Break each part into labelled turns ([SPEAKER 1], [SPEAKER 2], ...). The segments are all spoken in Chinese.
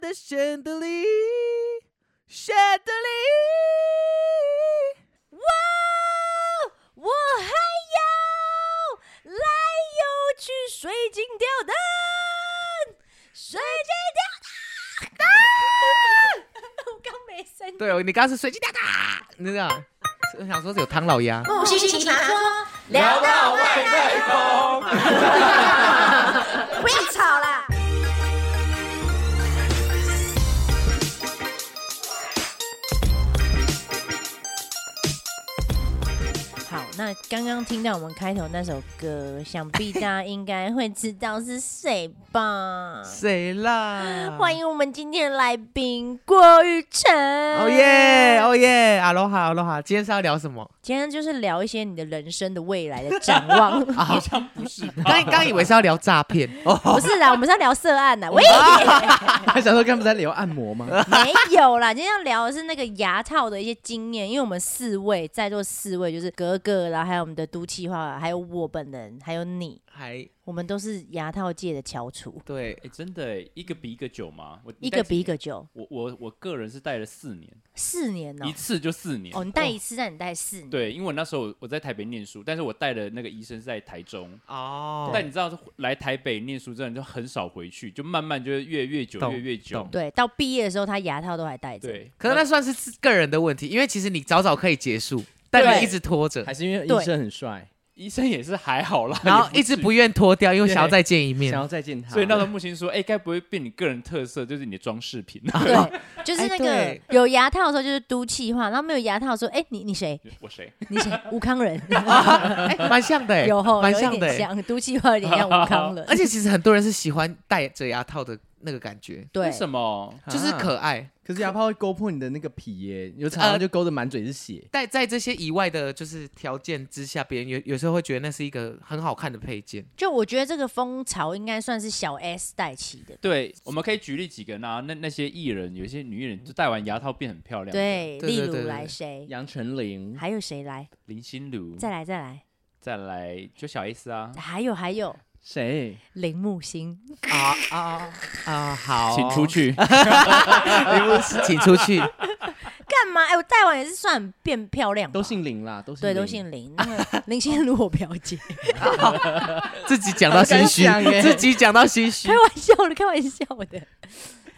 [SPEAKER 1] 的 chandelier，chandelier。
[SPEAKER 2] 哇，我还要来又去水晶吊灯，水晶吊灯。 我刚没声音。
[SPEAKER 1] 对哦，你刚刚是水晶哒哒，你知道？我想说是有唐老鸭，
[SPEAKER 2] 不是奇葩说，
[SPEAKER 3] 聊到外太空。
[SPEAKER 2] 不要吵啦！好，那刚刚听到我们开头那首歌，想必大家应该会知道是谁
[SPEAKER 1] 啊
[SPEAKER 2] 吧？
[SPEAKER 1] 谁啦？
[SPEAKER 2] 欢！迎我们今天的来宾郭雨辰。
[SPEAKER 1] 哦耶，哦耶，阿罗哈，阿罗哈，今天是要聊什么？
[SPEAKER 2] 今天就是聊一些你的人生的未来的展 望，
[SPEAKER 1] 好像不是，刚刚以为是要聊诈骗，哦，
[SPEAKER 2] 不是啦，我们是要聊涉案呐。喂，
[SPEAKER 4] 还想说刚不在聊按摩吗？
[SPEAKER 2] 没有啦，今天要聊的是那个牙套的一些经验，因为我们四位在座四位就是格格啦，还有我们的都气化，还有我本人，还有你，
[SPEAKER 1] 还
[SPEAKER 2] 我们都是牙套界的翘楚，
[SPEAKER 1] 对
[SPEAKER 3] 哎，真的欸，一个比一个久吗？我
[SPEAKER 2] 一个比一，个久，
[SPEAKER 3] 你戴几年我我我个人是戴了四年，
[SPEAKER 2] 四年哦、
[SPEAKER 3] 一次就四年。
[SPEAKER 2] 哦，你戴一次，但你戴四年，
[SPEAKER 3] 对，因为我那时候我在台北念书，但是我戴的那个医生是在台中。
[SPEAKER 1] 哦，
[SPEAKER 3] 但你知道，来台北念书真的就很少回去，就慢慢就会越越久
[SPEAKER 1] 懂
[SPEAKER 3] 越越久
[SPEAKER 1] 懂。
[SPEAKER 2] 对到毕业的时候，他牙套都还戴着，
[SPEAKER 3] 对，
[SPEAKER 1] 可能那算是自个人的问题，因为其实你早早可以结束，但
[SPEAKER 2] 对
[SPEAKER 1] 你一直拖着
[SPEAKER 4] 还，是因为医
[SPEAKER 2] 对
[SPEAKER 4] 生很帅，
[SPEAKER 3] 医生也是还好啦，
[SPEAKER 1] 然后
[SPEAKER 3] 也
[SPEAKER 1] 一直不愿脱掉，因为想要再见一面
[SPEAKER 4] 想。要再见他，
[SPEAKER 3] 所以那时候木星说：“哎、该不会变你个人特色，就是你的装饰品
[SPEAKER 1] 哦
[SPEAKER 2] 对，就是那个
[SPEAKER 1] 哎
[SPEAKER 2] 有牙套的时候就是都气化，然后没有牙套的时候，哎、你你谁？？”
[SPEAKER 3] 我谁？
[SPEAKER 2] 你谁？吴康 仁，
[SPEAKER 1] 哎，蛮像的欸，
[SPEAKER 2] 有吼，
[SPEAKER 1] 蛮
[SPEAKER 2] 有
[SPEAKER 1] 像
[SPEAKER 2] 一
[SPEAKER 1] 的
[SPEAKER 2] 点
[SPEAKER 1] 欸。
[SPEAKER 2] 像，都气化有 点像吴康仁，
[SPEAKER 1] 而且其实很多人是喜欢戴着牙套的那个感觉，
[SPEAKER 2] 对
[SPEAKER 3] 为，什么？
[SPEAKER 1] 就是
[SPEAKER 4] 啊
[SPEAKER 1] 可爱。
[SPEAKER 4] 可是牙泡会勾破你的那个皮耶，有常常就勾得满嘴是血。
[SPEAKER 1] 但在这些以外的，就是条件之下，别人有有时候会觉得那是一个很好看的配件。
[SPEAKER 2] 就我觉得这个风潮应该算是小 S 带起的，
[SPEAKER 3] 对，我们可以举例几个那那那些艺人，有一些女艺人就戴完牙套变很漂亮。，
[SPEAKER 2] 对，
[SPEAKER 1] 对
[SPEAKER 2] 例
[SPEAKER 1] 对对
[SPEAKER 2] 如
[SPEAKER 1] 对
[SPEAKER 2] 来
[SPEAKER 1] 对
[SPEAKER 2] 谁，
[SPEAKER 4] 杨丞琳，
[SPEAKER 2] 还有谁来，
[SPEAKER 3] 林心
[SPEAKER 1] 嗯
[SPEAKER 3] 如，
[SPEAKER 2] 再
[SPEAKER 3] 再
[SPEAKER 2] 来再来，
[SPEAKER 3] 来就小 S 啊，
[SPEAKER 2] 还有还有
[SPEAKER 4] 谁？
[SPEAKER 2] 铃木星，
[SPEAKER 1] 啊啊啊！好，
[SPEAKER 3] 请 出，去。
[SPEAKER 1] 请出去。
[SPEAKER 2] 干嘛？哎，我戴完也是算很变漂亮吧，
[SPEAKER 4] 都姓林啦，都姓
[SPEAKER 2] 对，
[SPEAKER 4] 林
[SPEAKER 2] 都姓林，那个 林心如我表 姐，
[SPEAKER 1] 自己讲到心虚
[SPEAKER 4] 很敢讲，欸
[SPEAKER 1] 自己讲到心虚
[SPEAKER 2] 开。玩笑的，开玩笑的，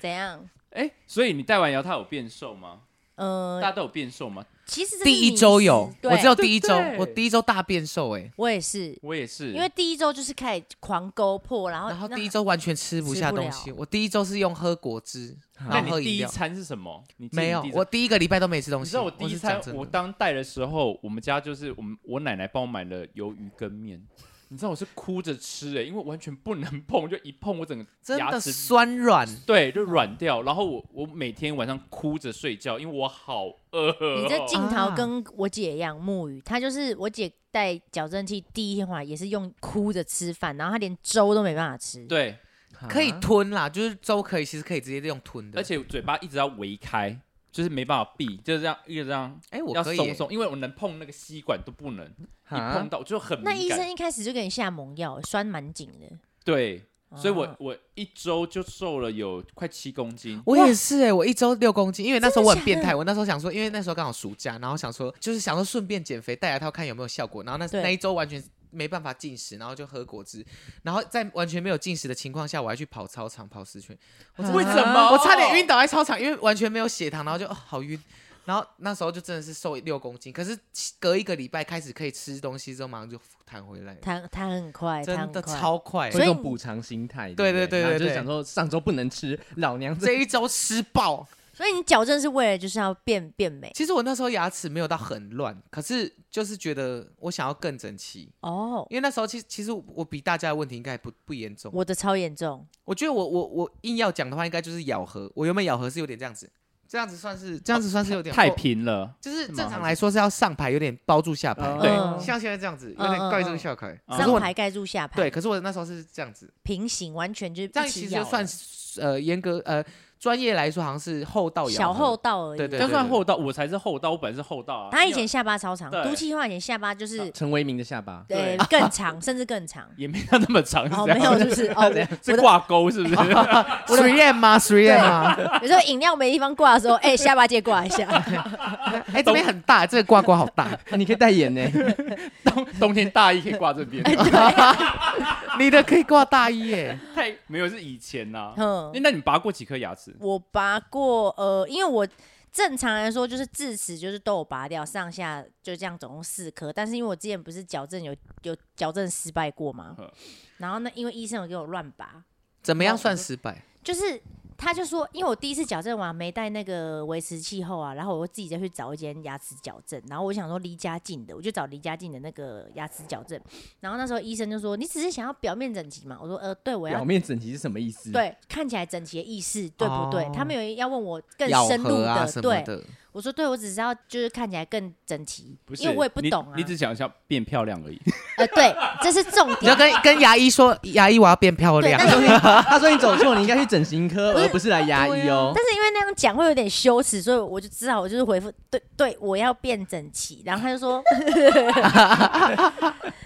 [SPEAKER 2] 怎样？
[SPEAKER 3] 哎、所以你戴完牙套有变瘦吗？大
[SPEAKER 2] 呃，
[SPEAKER 3] 家都有变瘦吗？
[SPEAKER 2] 其实这是
[SPEAKER 1] 第一
[SPEAKER 2] 迷
[SPEAKER 1] 周
[SPEAKER 2] 思
[SPEAKER 1] 有，
[SPEAKER 2] 对
[SPEAKER 1] 我只有第一周
[SPEAKER 3] 对，对
[SPEAKER 1] 我第一周大变瘦，哎，
[SPEAKER 2] 我也是，
[SPEAKER 3] 我也是，
[SPEAKER 2] 因为第一周就是开始狂勾破，然后
[SPEAKER 1] 然后
[SPEAKER 2] 那
[SPEAKER 1] 第一周完全吃不
[SPEAKER 2] 吃
[SPEAKER 1] 下
[SPEAKER 2] 不
[SPEAKER 1] 东
[SPEAKER 2] 了
[SPEAKER 1] 西。我第一周是用喝果汁，
[SPEAKER 3] 那
[SPEAKER 1] 然后喝
[SPEAKER 3] 你第
[SPEAKER 1] 饮
[SPEAKER 3] 一
[SPEAKER 1] 料。
[SPEAKER 3] 餐是什么？你记得你
[SPEAKER 1] 没有
[SPEAKER 3] 第一，餐
[SPEAKER 1] 我第一个礼拜都没吃东
[SPEAKER 3] 你
[SPEAKER 1] 西。
[SPEAKER 3] 知道我第一
[SPEAKER 1] 是讲
[SPEAKER 3] 餐
[SPEAKER 1] 真的
[SPEAKER 3] 我当带的时候，我们家就是我们我奶奶帮我买了鱿鱼跟面，你知道我是哭着吃哎、因为完全不能碰，就一碰我整个
[SPEAKER 1] 真
[SPEAKER 3] 牙
[SPEAKER 1] 的
[SPEAKER 3] 齿
[SPEAKER 1] 酸软，
[SPEAKER 3] 对就软掉，然后我我每天晚上哭着睡觉，因为我好饿、
[SPEAKER 2] 你这镜头
[SPEAKER 1] 啊
[SPEAKER 2] 跟我姐一样，木鱼，她就是我姐带矫正器第一天回来也是用哭着吃饭，然后她连粥都没办法吃。
[SPEAKER 3] 对，
[SPEAKER 1] 可以吞啦，就是粥可以，其实可以直接用吞的。
[SPEAKER 3] 啊而，且嘴巴一直要围开，就是没办法闭，就是这样一直这样
[SPEAKER 1] 哎，我
[SPEAKER 3] 要
[SPEAKER 1] 可以
[SPEAKER 3] 松
[SPEAKER 1] 欸，
[SPEAKER 3] 松，因为我能碰那个吸管都不能，一
[SPEAKER 4] 啊
[SPEAKER 3] 碰到我就很
[SPEAKER 2] 那
[SPEAKER 3] 敏
[SPEAKER 2] 医
[SPEAKER 3] 感
[SPEAKER 2] 生。一开始就给你下猛药，拴蛮紧的，
[SPEAKER 3] 对，
[SPEAKER 1] 哦
[SPEAKER 3] 所以我
[SPEAKER 2] 啊
[SPEAKER 3] 我一周就瘦了有快七公斤。
[SPEAKER 1] 我也是哎、我一周六公斤，因为那时候我很变
[SPEAKER 2] 真的假
[SPEAKER 1] 态，我那时候想说，因为那时候刚好暑假，然后想说就是想说顺便减肥，戴牙套看有没有效果，然后那
[SPEAKER 2] 对
[SPEAKER 1] 那一周完全没办法进食，然后就喝果汁，然后在完全没有进食的情况下，我还去跑操场跑十圈，我真的
[SPEAKER 3] 为什么
[SPEAKER 1] 我差点晕倒在操场，因为完全没有血糖，然后就、哦、好晕。然后那时候就真的是瘦六公斤，可是隔一个礼拜开始可以吃东西之后，马上就弹回来了，
[SPEAKER 2] 弹弹很快，弹
[SPEAKER 1] 真的
[SPEAKER 2] 很快。
[SPEAKER 1] 超快。
[SPEAKER 4] 会
[SPEAKER 2] 所以
[SPEAKER 4] 有
[SPEAKER 2] 你
[SPEAKER 4] 种补偿心态，
[SPEAKER 1] 对
[SPEAKER 4] 不
[SPEAKER 1] 对对对
[SPEAKER 4] 然后就
[SPEAKER 1] 对
[SPEAKER 4] 是想说上周不能吃，老娘
[SPEAKER 1] 这
[SPEAKER 4] 这
[SPEAKER 1] 一周吃爆，
[SPEAKER 2] 所以你矫正是为了就是要变变美
[SPEAKER 1] 其实我那时候牙齿没有到很乱，可是就是觉得我想要更整齐，
[SPEAKER 2] 哦。
[SPEAKER 1] 因为那时候其实其实我比大家的问题应该不不严重。我
[SPEAKER 2] 我的超严重，
[SPEAKER 1] 觉得我我我硬要讲的话，应该就是咬合。我原本咬合是有点这样子，这样子算是这样子算是有点
[SPEAKER 3] 哦太
[SPEAKER 1] 后，
[SPEAKER 3] 平了，
[SPEAKER 1] 就是
[SPEAKER 3] 是吗
[SPEAKER 1] 正常来说是要上排有点包住下排，
[SPEAKER 3] 对哦
[SPEAKER 2] 嗯
[SPEAKER 1] 像现在这样子
[SPEAKER 2] 嗯
[SPEAKER 1] 有点盖住下排。
[SPEAKER 3] 啊
[SPEAKER 1] 可是
[SPEAKER 2] 上
[SPEAKER 1] 我
[SPEAKER 2] 排盖住下排，
[SPEAKER 1] 对，可是我那时候是这样子，
[SPEAKER 2] 平行完全就是
[SPEAKER 1] 这
[SPEAKER 2] 一
[SPEAKER 1] 样
[SPEAKER 2] 起
[SPEAKER 1] 其实
[SPEAKER 2] 咬了
[SPEAKER 1] 算是呃严格呃专业来说好像是后道咬合，
[SPEAKER 2] 小厚道而已。
[SPEAKER 1] 对对
[SPEAKER 3] 但算厚道，我才是厚道，我本来是厚道啊。
[SPEAKER 2] 他以前下巴超长，
[SPEAKER 3] 对啊
[SPEAKER 2] 毒气化以前下巴就是
[SPEAKER 4] 陈为民的下巴，
[SPEAKER 2] 对
[SPEAKER 3] 对
[SPEAKER 2] 更长，甚至更 长。
[SPEAKER 3] 也没他那么长，是
[SPEAKER 2] 哦，
[SPEAKER 3] 这样
[SPEAKER 2] 没有，哦就是哦，
[SPEAKER 3] 是挂钩是不 是？
[SPEAKER 1] ，three M 吗？three M 吗？
[SPEAKER 2] 有时候饮料没地方挂的时候，哎，下巴借挂一 下。嗯
[SPEAKER 1] 哎，这边很大，这个挂钩好大。
[SPEAKER 4] 啊你可以代言呢。
[SPEAKER 3] 冬 冬天大衣可以挂这
[SPEAKER 2] 哎
[SPEAKER 3] 边，啊
[SPEAKER 1] 你的可以挂大衣耶，
[SPEAKER 3] 太没有是以前呐。
[SPEAKER 2] 嗯
[SPEAKER 3] 诶，那你拔过几颗牙齿？
[SPEAKER 2] 我拔过，呃，因为我正常来说就是智齿就是都有拔掉，上下就这样总共四颗。但是因为我之前不是矫正有有矫正失败过嘛
[SPEAKER 3] 呵，
[SPEAKER 2] 然后呢，因为医生有给我乱拔，
[SPEAKER 1] 怎么样算失败？
[SPEAKER 2] 就是他就说，因为我第一次矫正完没带那个维持器后啊，然后我自己再去找一间牙齿矫正，然后我想说离家近的，我就找离家近的那个牙齿矫正。然后那时候医生就说，你只是想要表面整齐嘛？我说，呃，对，我要
[SPEAKER 4] 表面整齐是什么意思？，
[SPEAKER 2] 对，看起来整齐的意识对不对？
[SPEAKER 1] 哦
[SPEAKER 2] 他们有要问我更
[SPEAKER 1] 咬
[SPEAKER 2] 深入
[SPEAKER 1] 合啊什么
[SPEAKER 2] 对
[SPEAKER 1] 的，
[SPEAKER 2] 我说对，我只是要就是看起来更整齐
[SPEAKER 3] 不，是，
[SPEAKER 2] 因为我也不懂啊
[SPEAKER 3] 你，。你只想要变漂亮而已。
[SPEAKER 2] 呃，对，这是重
[SPEAKER 1] 你要
[SPEAKER 2] 点。
[SPEAKER 1] 跟 跟牙医说，牙医我要变漂
[SPEAKER 2] 对，
[SPEAKER 1] 亮
[SPEAKER 2] 但。是因为
[SPEAKER 4] 他说你走错，你应该去整形
[SPEAKER 2] 不
[SPEAKER 4] 科，
[SPEAKER 2] 是啊
[SPEAKER 4] 而不是来牙医哦。
[SPEAKER 2] 但是因为那样讲会有点羞耻，所以我就只好我就是回复对对，我要变整齐。然后他就 说，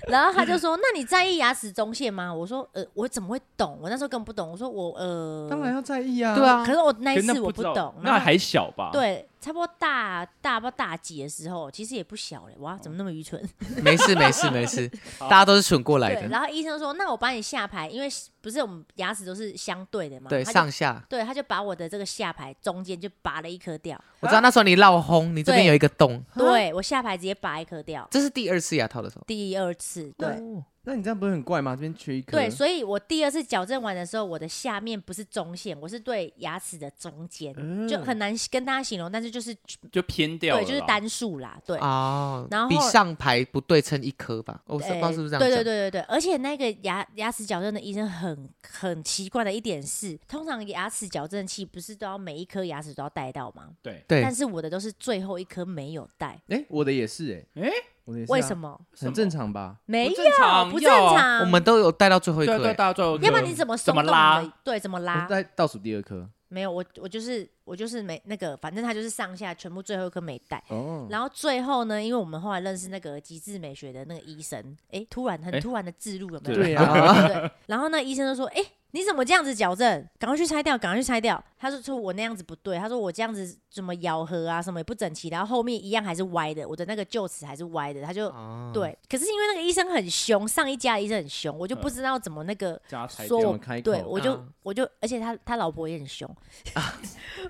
[SPEAKER 2] 然后他就说，那你在意牙齿中线吗？我说呃，我怎么会懂？我那时候根本不懂。我说我呃，
[SPEAKER 4] 当然要在意 啊。
[SPEAKER 1] 对啊
[SPEAKER 2] 可，是我那一
[SPEAKER 3] 可是
[SPEAKER 2] 次
[SPEAKER 3] 那
[SPEAKER 2] 我
[SPEAKER 3] 不知道
[SPEAKER 2] 懂，然
[SPEAKER 3] 那
[SPEAKER 2] 后
[SPEAKER 3] 还小吧？，
[SPEAKER 2] 对，差不多大大不知道大几的时候，其实也不小了。哇，怎么那么愚蠢？
[SPEAKER 1] 没事没事没事，大家都是蠢过来
[SPEAKER 2] 对，
[SPEAKER 1] 的，
[SPEAKER 2] 然后医生说：“那我把你下排，因为不是我们牙齿都是相对的嘛，
[SPEAKER 1] 对
[SPEAKER 2] 他就
[SPEAKER 1] 上下。
[SPEAKER 2] 对，他就把我的这个下排中间就拔了一颗掉，
[SPEAKER 1] 我知道那时候你闹轰，你这边
[SPEAKER 2] 对
[SPEAKER 1] 有一个洞，
[SPEAKER 2] 对我下排直接拔一颗掉。
[SPEAKER 1] 这是第二次牙套的时候。
[SPEAKER 2] 第二次，对
[SPEAKER 1] 哦，
[SPEAKER 4] 那你这样不是很怪吗？这边缺一颗。
[SPEAKER 2] 对，所以我第二次矫正完的时候，我的下面不是中线，我是对牙齿的中间，就很难跟大家形容，但是就是
[SPEAKER 3] 就偏掉了
[SPEAKER 2] 对，
[SPEAKER 3] 啦。
[SPEAKER 2] 就是单数啦，对。
[SPEAKER 1] 哦，
[SPEAKER 2] 然后
[SPEAKER 1] 比
[SPEAKER 2] 后来
[SPEAKER 1] 上排不对称一颗吧，我是不
[SPEAKER 2] 呃
[SPEAKER 1] 知道是不是这样
[SPEAKER 2] 对
[SPEAKER 1] 讲。
[SPEAKER 2] 对对对对，而且那个牙牙齿矫正的医生很很奇怪的一点是，通常牙齿矫正器不是都要每一颗牙齿都要带到吗？
[SPEAKER 3] 对，
[SPEAKER 1] 对
[SPEAKER 2] 但是我的都是最后一颗没有带，
[SPEAKER 4] 哎，我的也是哎，
[SPEAKER 3] 哎，
[SPEAKER 4] 我的也是啊。
[SPEAKER 2] 为什么？
[SPEAKER 4] 很正常吧？
[SPEAKER 2] 没有，
[SPEAKER 3] 正常
[SPEAKER 2] 不正
[SPEAKER 3] 要啊
[SPEAKER 2] 常。
[SPEAKER 1] 我们都有带到最后一
[SPEAKER 3] 对
[SPEAKER 1] 颗、
[SPEAKER 3] 对，
[SPEAKER 1] 欸，
[SPEAKER 3] 大家最后一
[SPEAKER 2] 要不
[SPEAKER 3] 颗
[SPEAKER 2] 然你怎么
[SPEAKER 3] 怎
[SPEAKER 2] 松
[SPEAKER 3] 么
[SPEAKER 2] 动你的
[SPEAKER 3] 拉？？
[SPEAKER 2] 对，怎么
[SPEAKER 4] 我
[SPEAKER 2] 拉？
[SPEAKER 4] 在倒数第二颗。
[SPEAKER 2] 没有，我我就是我就是没那个，反正他就是上下全部最后一颗没带。
[SPEAKER 1] 嗯
[SPEAKER 4] 哦，
[SPEAKER 2] 然后最后呢，因为我们后来认识那个极致美学的那个医生，哎，突然很
[SPEAKER 3] 诶
[SPEAKER 2] 突然的置入有没有？
[SPEAKER 1] 哦
[SPEAKER 4] 对
[SPEAKER 2] 对
[SPEAKER 4] 啊，
[SPEAKER 2] 对，然后那医生就说：“哎、你怎么这样子矫正？赶快去拆掉，赶快去拆掉。”他说：“说我那样子不对。”他说：“我这样子怎么咬合啊，什么也不整齐，然后后面一样还是歪的，我的那个臼齿还是歪的。”他就、
[SPEAKER 1] 哦，
[SPEAKER 2] 对，可是因为那个医生很凶，上一家的医生很凶，我就不
[SPEAKER 3] 嗯
[SPEAKER 2] 知道怎么那个。
[SPEAKER 3] 加裁
[SPEAKER 2] 说
[SPEAKER 4] 怎
[SPEAKER 2] 我
[SPEAKER 4] 么开口
[SPEAKER 2] 对，我就、
[SPEAKER 1] 嗯
[SPEAKER 2] 我就，而且他他老婆也很凶，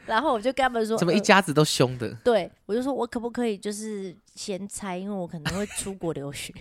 [SPEAKER 2] 然后我就跟他们说，
[SPEAKER 1] 怎么
[SPEAKER 2] 呃
[SPEAKER 1] 一家子都凶的？
[SPEAKER 2] 对，我就说我可不可以就是先拆，因为我可能会出国留学。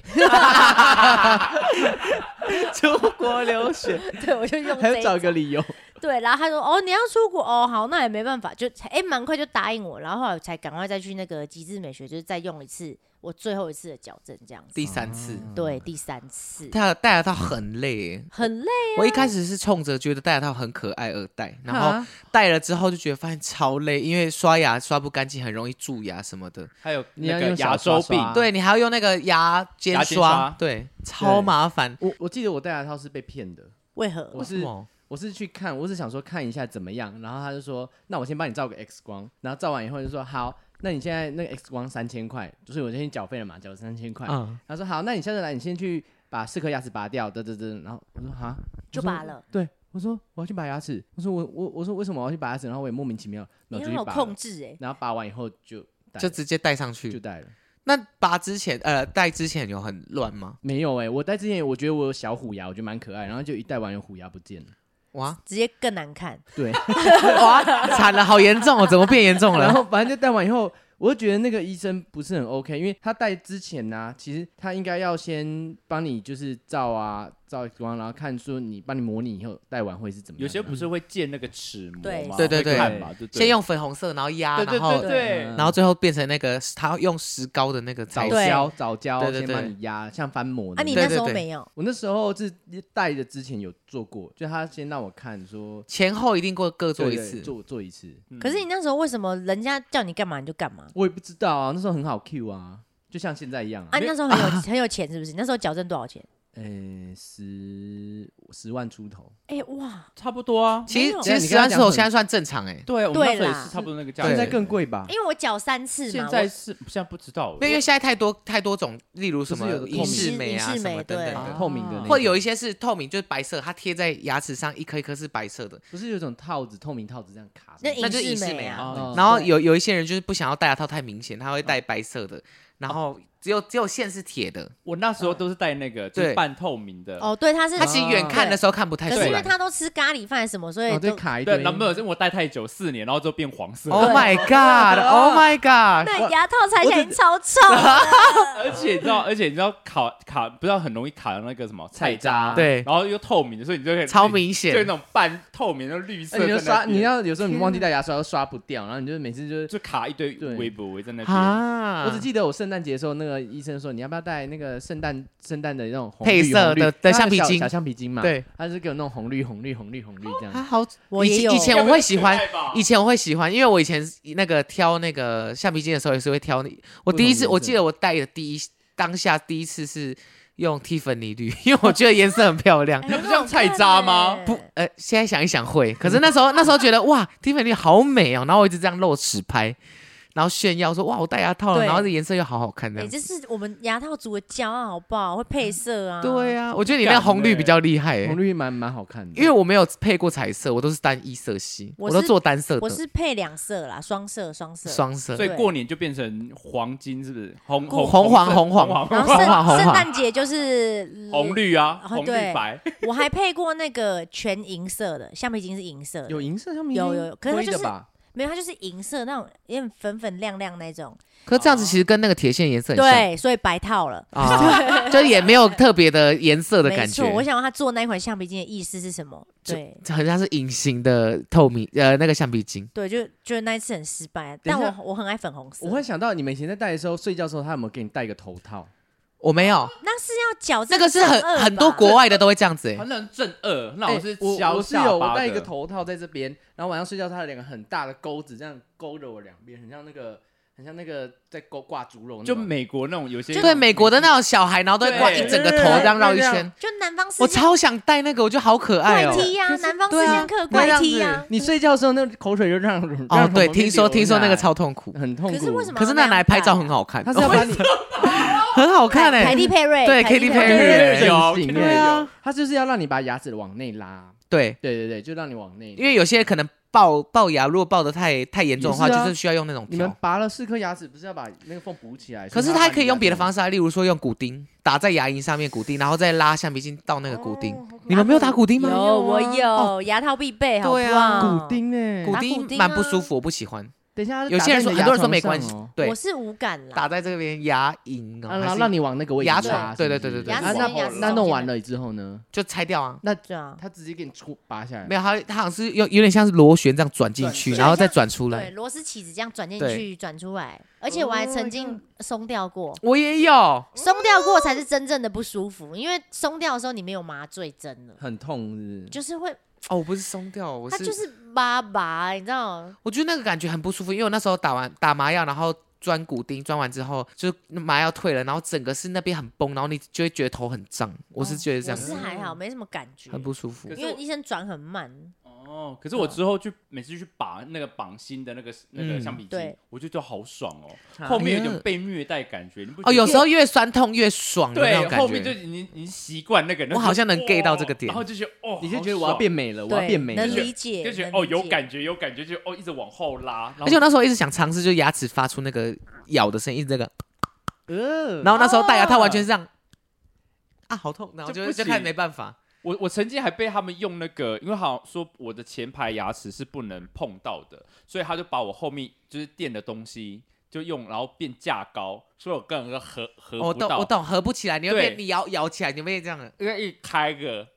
[SPEAKER 4] 出国留 学，
[SPEAKER 2] 对，我就用
[SPEAKER 4] 还
[SPEAKER 2] 这
[SPEAKER 4] 要
[SPEAKER 2] 一
[SPEAKER 4] 找
[SPEAKER 2] 招
[SPEAKER 4] 个理由。
[SPEAKER 2] 对，然后他说哦，你要出国哦，好，那也没办法，就哎蛮、快就答应我，然后后来我才赶快再去那个极致美学，就是再用一次我最后一次的矫正这样子。
[SPEAKER 1] 第三次，
[SPEAKER 2] 对，第三次
[SPEAKER 1] 戴戴牙套很累、欸。
[SPEAKER 2] 很累，
[SPEAKER 1] 我一开始是冲着觉得戴牙套很可爱而戴，然后戴了之后就觉得发现超累，因为刷牙刷不干净，很容易蛀牙什么的。
[SPEAKER 3] 还有
[SPEAKER 4] 你要
[SPEAKER 3] 那个
[SPEAKER 4] 用小
[SPEAKER 3] 牙周
[SPEAKER 4] 刷
[SPEAKER 3] 病
[SPEAKER 4] 刷，
[SPEAKER 1] 对你还要用那个啊牙尖
[SPEAKER 3] 牙尖刷
[SPEAKER 1] 对，超麻烦。
[SPEAKER 4] 我我记得我戴牙套是被骗的，
[SPEAKER 2] 为何？
[SPEAKER 4] 我
[SPEAKER 1] 为什
[SPEAKER 4] 是
[SPEAKER 1] 么
[SPEAKER 4] 我是去看，我是想说看一下怎么样，然后他就说，那我先帮你照个 X 光，然后照完以后就说好，那你现在那个 X 光三千块，就是我先缴费了嘛，缴三千块，
[SPEAKER 1] 嗯，
[SPEAKER 4] 他说好，那你下次来，你先去把四颗牙齿拔掉，得得得，然后我说哈，
[SPEAKER 2] 就
[SPEAKER 4] 我说
[SPEAKER 2] 拔了，
[SPEAKER 4] 对。我说我要去拔牙齿，我说我我我说为什么我要去拔牙齿，然后我也莫名其妙，然
[SPEAKER 2] 你
[SPEAKER 4] 后就
[SPEAKER 2] 很
[SPEAKER 4] 去
[SPEAKER 2] 有
[SPEAKER 4] 拔
[SPEAKER 2] 控
[SPEAKER 4] 了，
[SPEAKER 2] 制哎、
[SPEAKER 4] 然后拔完以后就戴
[SPEAKER 1] 就
[SPEAKER 4] 了
[SPEAKER 1] 直接戴上
[SPEAKER 4] 就
[SPEAKER 1] 去。
[SPEAKER 4] 戴了，
[SPEAKER 1] 那拔之前，呃，戴之前有很乱吗？
[SPEAKER 4] 没有哎、我戴之前我觉得我有小虎牙，我觉得蛮可爱，然后就一戴完有虎牙不见了，
[SPEAKER 1] 哇
[SPEAKER 2] 直接更难看。
[SPEAKER 4] 对，
[SPEAKER 1] 哇，惨了，好严重哦！怎么变严重
[SPEAKER 4] 然
[SPEAKER 1] 了？
[SPEAKER 4] 后反正就戴完以后，我就觉得那个医生不是很 OK，因为他戴之前呢、其实他应该要先帮你就是照啊照 X 光，然后看说你帮你模拟以后戴完会是怎么样。
[SPEAKER 3] 有些不是会建那个齿膜
[SPEAKER 2] 对
[SPEAKER 3] 嘛？
[SPEAKER 1] 对对
[SPEAKER 3] 会
[SPEAKER 1] 对
[SPEAKER 3] 看嘛对对
[SPEAKER 1] 先用粉红色，然后压，
[SPEAKER 3] 对
[SPEAKER 1] 然
[SPEAKER 3] 对
[SPEAKER 1] 后
[SPEAKER 3] 对
[SPEAKER 4] 嗯
[SPEAKER 3] 对，
[SPEAKER 1] 然后最后变成那个，他要用石膏的那个
[SPEAKER 4] 早
[SPEAKER 1] 材质
[SPEAKER 2] 对
[SPEAKER 4] 教早教
[SPEAKER 1] 对对
[SPEAKER 4] 先
[SPEAKER 1] 对
[SPEAKER 4] 帮你压，像翻模
[SPEAKER 2] 啊，
[SPEAKER 4] 的。
[SPEAKER 2] 你
[SPEAKER 1] 对
[SPEAKER 2] 那
[SPEAKER 1] 对
[SPEAKER 2] 时候
[SPEAKER 1] 对
[SPEAKER 2] 没有，
[SPEAKER 4] 我那时候是戴的之前有做过，就他先让我看说
[SPEAKER 1] 前后一定过各做一
[SPEAKER 4] 对对
[SPEAKER 1] 次。
[SPEAKER 4] 做做一次，
[SPEAKER 3] 嗯
[SPEAKER 2] 可是你那时候为什么人家叫你干嘛你就干
[SPEAKER 1] 嗯
[SPEAKER 2] 嘛？
[SPEAKER 4] 我也不知道啊，那时候很好 Q 啊，就像现在一样啊
[SPEAKER 2] 啊，。你那时候很有很有钱是不是？你那时候矫正多少钱？
[SPEAKER 4] 呃十十万出头，
[SPEAKER 2] 哎、哇，
[SPEAKER 3] 差不多啊。
[SPEAKER 1] 其
[SPEAKER 2] 没
[SPEAKER 1] 实
[SPEAKER 2] 有
[SPEAKER 1] 其实
[SPEAKER 4] 你
[SPEAKER 1] 十
[SPEAKER 4] 刚刚
[SPEAKER 1] 万
[SPEAKER 4] 讲
[SPEAKER 1] 出头
[SPEAKER 4] 很
[SPEAKER 1] 现在算正常哎、欸，
[SPEAKER 3] 对，我们那
[SPEAKER 2] 对
[SPEAKER 3] 时候也
[SPEAKER 2] 啦
[SPEAKER 3] 是差不多那个价格。
[SPEAKER 4] 现在更贵吧？
[SPEAKER 2] 因为我缴三次嘛，
[SPEAKER 3] 现
[SPEAKER 2] 我
[SPEAKER 3] 在是现在不知道
[SPEAKER 1] 因为现在太多太多种，例如什
[SPEAKER 4] 就是有
[SPEAKER 1] 么
[SPEAKER 4] 的
[SPEAKER 1] 影视美
[SPEAKER 2] 透
[SPEAKER 1] 啊
[SPEAKER 2] 明
[SPEAKER 1] 什么等等
[SPEAKER 2] 影视美
[SPEAKER 1] 的
[SPEAKER 2] 对，
[SPEAKER 4] 透明的那种
[SPEAKER 1] 或者有一些是透明，就是白色，它贴在牙齿上一颗一颗是白色的。
[SPEAKER 4] 不是有一种套子透明套子这样卡
[SPEAKER 2] 那
[SPEAKER 4] 上去？
[SPEAKER 1] 那就是
[SPEAKER 2] 影
[SPEAKER 1] 影
[SPEAKER 2] 视
[SPEAKER 1] 视
[SPEAKER 2] 美
[SPEAKER 1] 美
[SPEAKER 2] 啊
[SPEAKER 1] 啊，
[SPEAKER 4] 哦
[SPEAKER 1] 然后
[SPEAKER 2] 对哦
[SPEAKER 1] 有有一些人就是不想要戴牙套太明显，他会戴白色的，然后只有只有线是铁的，
[SPEAKER 3] 我那时候都是戴那个就是
[SPEAKER 1] 对
[SPEAKER 3] 半透明的。
[SPEAKER 2] 哦，对，他是，
[SPEAKER 1] 他其实远看的时候啊看不太
[SPEAKER 2] 哦可
[SPEAKER 1] 出
[SPEAKER 2] 是因为
[SPEAKER 1] 来。
[SPEAKER 2] 他都吃咖喱饭什么，所以
[SPEAKER 4] 哦，对，
[SPEAKER 2] 就、
[SPEAKER 4] 卡一堆
[SPEAKER 3] 对，。男朋友是我戴太久四年，然后之后变黄色。
[SPEAKER 1] Oh my
[SPEAKER 2] 啊
[SPEAKER 1] god! Oh my god!
[SPEAKER 2] 那牙套拆起来已经超臭了。
[SPEAKER 3] 而且你知道，而且你知道卡卡不知道很容易卡到那个什么
[SPEAKER 4] 菜
[SPEAKER 3] 菜
[SPEAKER 4] 渣
[SPEAKER 3] 渣，
[SPEAKER 1] 对
[SPEAKER 3] 然后又透明的，所以你就可以
[SPEAKER 1] 超明
[SPEAKER 3] 就
[SPEAKER 1] 显
[SPEAKER 3] 那，种半透明的绿色在
[SPEAKER 4] 哎你就
[SPEAKER 3] 那边，
[SPEAKER 4] 刷，你要有时候你忘记带牙刷，又刷不掉，然后你就每次就是。
[SPEAKER 3] 就卡一堆
[SPEAKER 4] 对
[SPEAKER 3] 围脖围在那边。
[SPEAKER 1] 啊！
[SPEAKER 4] 我只记得我圣诞节的时候，那个医生说你要不要带那个圣诞圣诞的那种红
[SPEAKER 1] 配
[SPEAKER 4] 绿
[SPEAKER 1] 色
[SPEAKER 4] 红绿
[SPEAKER 1] 的的
[SPEAKER 4] 它有
[SPEAKER 1] 橡皮
[SPEAKER 4] 小
[SPEAKER 1] 筋
[SPEAKER 4] 小橡皮筋嘛，，
[SPEAKER 1] 对，
[SPEAKER 4] 他就是给我弄红绿红绿红绿红绿这
[SPEAKER 1] 他
[SPEAKER 4] 样。
[SPEAKER 1] 好，
[SPEAKER 2] 我
[SPEAKER 1] 以
[SPEAKER 2] 也有
[SPEAKER 1] 前以前我会喜欢
[SPEAKER 3] 要不要可爱吧，
[SPEAKER 1] 以前我会喜欢，因为我以前那个挑那个橡皮筋的时候也是会挑那，我第一次
[SPEAKER 4] 不同颜色
[SPEAKER 1] 我记得我戴的第一当下第一次是用 Tiffany 绿， 因为我觉得颜色很漂亮。
[SPEAKER 2] 哎
[SPEAKER 3] 那不像菜渣吗？
[SPEAKER 2] 很好看
[SPEAKER 1] 不
[SPEAKER 2] 哎，
[SPEAKER 1] 呃，现在想一想会，可是那时候那时候觉得哇，Tiffany 绿好美哦，然后我一直这样露齿拍，然后炫耀说哇我戴牙套了，
[SPEAKER 2] 对
[SPEAKER 1] 然后这颜色又好好看这
[SPEAKER 2] 哎、
[SPEAKER 1] 样。
[SPEAKER 2] 这是我们牙套组的骄傲，好不好？会配色啊。
[SPEAKER 1] 对啊，我觉得你那个红绿比较厉害、欸
[SPEAKER 4] 红，绿蛮蛮好看的，
[SPEAKER 1] 因为我没有配过彩色，我都是单一色系，
[SPEAKER 2] 我
[SPEAKER 1] 我都
[SPEAKER 2] 是
[SPEAKER 1] 做单色
[SPEAKER 2] 我
[SPEAKER 1] 的，
[SPEAKER 2] 是配两色啦，双色双色。
[SPEAKER 1] 双色
[SPEAKER 3] 所。以
[SPEAKER 2] 对
[SPEAKER 3] 过年就变成黄金，是不是？红
[SPEAKER 1] 红
[SPEAKER 3] 红
[SPEAKER 1] 黄
[SPEAKER 3] 色
[SPEAKER 1] 红黄
[SPEAKER 3] 黄
[SPEAKER 2] 然
[SPEAKER 1] 然
[SPEAKER 2] 后
[SPEAKER 1] 后
[SPEAKER 2] 圣
[SPEAKER 1] 红黄红黄
[SPEAKER 2] 圣诞节就是
[SPEAKER 3] 红，绿啊，
[SPEAKER 1] 嗯
[SPEAKER 2] 哦
[SPEAKER 3] 红绿
[SPEAKER 2] 对
[SPEAKER 3] 白。
[SPEAKER 2] 我还配过那个全银色的橡皮筋，是银色的，
[SPEAKER 4] 有银色橡皮筋，
[SPEAKER 2] 有有有可是它
[SPEAKER 4] 灰的
[SPEAKER 2] 就是
[SPEAKER 4] 吧
[SPEAKER 2] 没有它就是银色那种，有点粉粉亮亮那种。
[SPEAKER 1] 可这样子其实跟那个铁线颜色很像。
[SPEAKER 2] 对，所以白套了。
[SPEAKER 1] 啊，就也没有特别的颜色的
[SPEAKER 2] 没
[SPEAKER 1] 感觉
[SPEAKER 2] 错，，我想问他做那一款橡皮筋的意思是什么？
[SPEAKER 1] 就
[SPEAKER 2] 对
[SPEAKER 1] 好像是隐形的透明呃那个橡皮筋，
[SPEAKER 2] 对，就就那一次很失败啊，
[SPEAKER 4] 等
[SPEAKER 2] 但
[SPEAKER 4] 一下
[SPEAKER 2] 我我很爱粉红色。
[SPEAKER 4] 我会想到你们以前在戴的时候，睡觉的时候，他有没有给你戴一个头套？
[SPEAKER 1] 我没有，
[SPEAKER 2] 那是要矫正
[SPEAKER 1] 那个是很
[SPEAKER 2] 正二吧
[SPEAKER 1] 很多国外的都会这样子哎，
[SPEAKER 3] 反正正二，那
[SPEAKER 4] 哎
[SPEAKER 3] 我是
[SPEAKER 4] 我
[SPEAKER 3] 削
[SPEAKER 4] 我是
[SPEAKER 3] 下
[SPEAKER 4] 有
[SPEAKER 3] 巴
[SPEAKER 4] 我戴一
[SPEAKER 3] 的
[SPEAKER 4] 个头套在这边，然后晚上睡觉，它有两个很大的钩子，这样勾着我两边，很像那个很像那个在勾挂猪肉那
[SPEAKER 3] 就
[SPEAKER 4] 种，
[SPEAKER 3] 美国那种有些
[SPEAKER 1] 对美国的那种小孩，然后都会挂
[SPEAKER 3] 对
[SPEAKER 1] 一整个头这样绕一
[SPEAKER 4] 对对
[SPEAKER 1] 圈，
[SPEAKER 2] 就南方四
[SPEAKER 1] 我
[SPEAKER 2] 剑
[SPEAKER 1] 超想戴那个，我觉得好可爱
[SPEAKER 2] 怪
[SPEAKER 1] 哦。
[SPEAKER 2] 踢呀，
[SPEAKER 4] 可是
[SPEAKER 2] 南方四
[SPEAKER 1] 对啊
[SPEAKER 2] 剑客
[SPEAKER 4] 那
[SPEAKER 2] 怪
[SPEAKER 4] 样
[SPEAKER 2] 踢
[SPEAKER 4] 子
[SPEAKER 2] 呀。
[SPEAKER 4] 你睡觉的时候，那口水就让让
[SPEAKER 1] 哦，
[SPEAKER 4] 让
[SPEAKER 1] 对，
[SPEAKER 4] 旁边
[SPEAKER 1] 听说
[SPEAKER 4] 流
[SPEAKER 1] 听说那个
[SPEAKER 4] 下来
[SPEAKER 1] 超痛苦，
[SPEAKER 4] 很痛苦，
[SPEAKER 2] 可是为什么？
[SPEAKER 1] 可是那拿来拍照很。好看，哦
[SPEAKER 4] 他是要 把你
[SPEAKER 1] 很好看
[SPEAKER 2] 凯
[SPEAKER 1] 哎，
[SPEAKER 2] 蒂佩瑞，
[SPEAKER 1] 对
[SPEAKER 2] 凯
[SPEAKER 1] Katy
[SPEAKER 2] 佩
[SPEAKER 1] Perry
[SPEAKER 3] 对有
[SPEAKER 4] 整形
[SPEAKER 3] 对啊，
[SPEAKER 4] 他就是要让你把牙齿往内拉，
[SPEAKER 1] 对，
[SPEAKER 4] 对对对，就让你往内。
[SPEAKER 1] 因为有些可能龅龅牙，如果龅的太太严重的话，
[SPEAKER 4] 也是啊
[SPEAKER 1] 就是需要用那种
[SPEAKER 4] 你们
[SPEAKER 1] 条。
[SPEAKER 4] 拔了四颗牙齿，不是要把那个缝补起来？
[SPEAKER 1] 可是它可以用别的方
[SPEAKER 4] 式。
[SPEAKER 1] 式啊，例如说用骨钉打在牙龈上面，骨钉，然后再拉橡皮筋到那个骨钉。
[SPEAKER 2] 哦
[SPEAKER 1] 你们没有打骨钉吗？
[SPEAKER 2] 有，我
[SPEAKER 1] 哦
[SPEAKER 2] 有牙套必备，好不
[SPEAKER 1] 对啊
[SPEAKER 2] 好？
[SPEAKER 4] 骨，钉呢？
[SPEAKER 1] 骨
[SPEAKER 2] 打骨
[SPEAKER 1] 钉
[SPEAKER 2] 钉
[SPEAKER 1] 蛮
[SPEAKER 2] 啊
[SPEAKER 1] 不舒服，我不喜欢。
[SPEAKER 4] 等一下，
[SPEAKER 1] 有些人说，很多人说没
[SPEAKER 4] 哦
[SPEAKER 1] 关系，对
[SPEAKER 2] 我，是无感啦。
[SPEAKER 1] 打在这边牙龈哦，
[SPEAKER 4] 啊然
[SPEAKER 1] 还
[SPEAKER 4] 后
[SPEAKER 1] 是
[SPEAKER 4] 让你往那个位置
[SPEAKER 1] 牙
[SPEAKER 4] 插
[SPEAKER 1] 齿对对
[SPEAKER 4] 是不是
[SPEAKER 1] 对对对
[SPEAKER 2] 牙齿
[SPEAKER 4] 那
[SPEAKER 2] 跟牙齿
[SPEAKER 4] 那
[SPEAKER 2] 中
[SPEAKER 4] 弄
[SPEAKER 2] 间
[SPEAKER 4] 完
[SPEAKER 2] 的
[SPEAKER 4] 了之后呢？
[SPEAKER 1] 就拆掉啊。
[SPEAKER 2] 对啊，
[SPEAKER 4] 他直接给你出拔下来，
[SPEAKER 1] 没有，它它好像是有有点像是螺旋这样转进
[SPEAKER 4] 转
[SPEAKER 1] 去，
[SPEAKER 2] 对
[SPEAKER 1] 然后再
[SPEAKER 2] 像
[SPEAKER 1] 转出
[SPEAKER 2] 对，
[SPEAKER 1] 来。
[SPEAKER 2] 螺丝起子这样转进
[SPEAKER 1] 对
[SPEAKER 2] 去，转出来，而且我还曾
[SPEAKER 4] 哦
[SPEAKER 2] 经松掉过，
[SPEAKER 1] 我也有，哦
[SPEAKER 2] 松掉过才是真正的不舒服，因为松掉的时候你没有麻醉针了，
[SPEAKER 4] 很痛是不是？
[SPEAKER 2] 就是会，
[SPEAKER 1] 哦，我不是松掉，嗯我
[SPEAKER 2] 它
[SPEAKER 1] 是，
[SPEAKER 2] 就是麻麻，你知道，
[SPEAKER 1] 我觉得那个感觉很不舒服，因为我那时候打完打麻药，然后钻骨钉，钻完之后就是那麻药退了，然后整个是那边很崩，然后你就会觉得头很胀，我是觉得这
[SPEAKER 2] 我
[SPEAKER 1] 样子
[SPEAKER 2] 是还好，没什么感觉，
[SPEAKER 1] 很不舒服
[SPEAKER 3] 可。是
[SPEAKER 2] 因为
[SPEAKER 3] 我
[SPEAKER 2] 医生转很慢，
[SPEAKER 3] 哦，可是我之后去每次去拔那个绑心的那个那个
[SPEAKER 1] 嗯
[SPEAKER 3] 橡皮筋
[SPEAKER 2] 对，
[SPEAKER 3] 我就觉得好爽哦，后面有点被虐待感觉，你不
[SPEAKER 1] 哦，
[SPEAKER 3] 觉得
[SPEAKER 1] 有时候越酸痛越爽的那
[SPEAKER 3] 对
[SPEAKER 1] 种，感
[SPEAKER 3] 后面就
[SPEAKER 1] 觉。
[SPEAKER 3] 已经已经习惯那个，
[SPEAKER 1] 我好像能 get 到这个点
[SPEAKER 3] 然后就觉得哦，
[SPEAKER 4] 你就
[SPEAKER 3] 好
[SPEAKER 4] 觉得我要
[SPEAKER 3] 爽
[SPEAKER 4] 变美了，我要
[SPEAKER 2] 对，
[SPEAKER 4] 变美
[SPEAKER 2] 能
[SPEAKER 4] 了，
[SPEAKER 2] 理解，
[SPEAKER 3] 就觉
[SPEAKER 2] 能
[SPEAKER 3] 得哦
[SPEAKER 2] 理
[SPEAKER 3] 有
[SPEAKER 2] 解
[SPEAKER 3] 感觉有感觉，就哦一直往后拉，
[SPEAKER 1] 而且我那时候一直想尝试，就牙齿发出那个咬的声音，一直那个。
[SPEAKER 3] 嗯
[SPEAKER 4] 呃
[SPEAKER 1] 然后那时候戴牙套
[SPEAKER 4] 啊
[SPEAKER 1] 完全是这样，啊，好痛，然后
[SPEAKER 3] 哦就
[SPEAKER 1] 就
[SPEAKER 3] 不
[SPEAKER 1] 就看
[SPEAKER 3] 行
[SPEAKER 1] 没办法。
[SPEAKER 3] 我我曾经还被他们用那个，因为好像说我的前排牙齿是不能碰到的，所以他就把我后面就是垫的东西就用，然后变架高，所以我跟人合合
[SPEAKER 1] 哦我
[SPEAKER 3] 不
[SPEAKER 1] 懂，
[SPEAKER 3] 到。
[SPEAKER 1] 我懂，合不起来，你会
[SPEAKER 3] 对
[SPEAKER 1] 变，你咬咬起来，你会变这样的。
[SPEAKER 3] 因为一开个，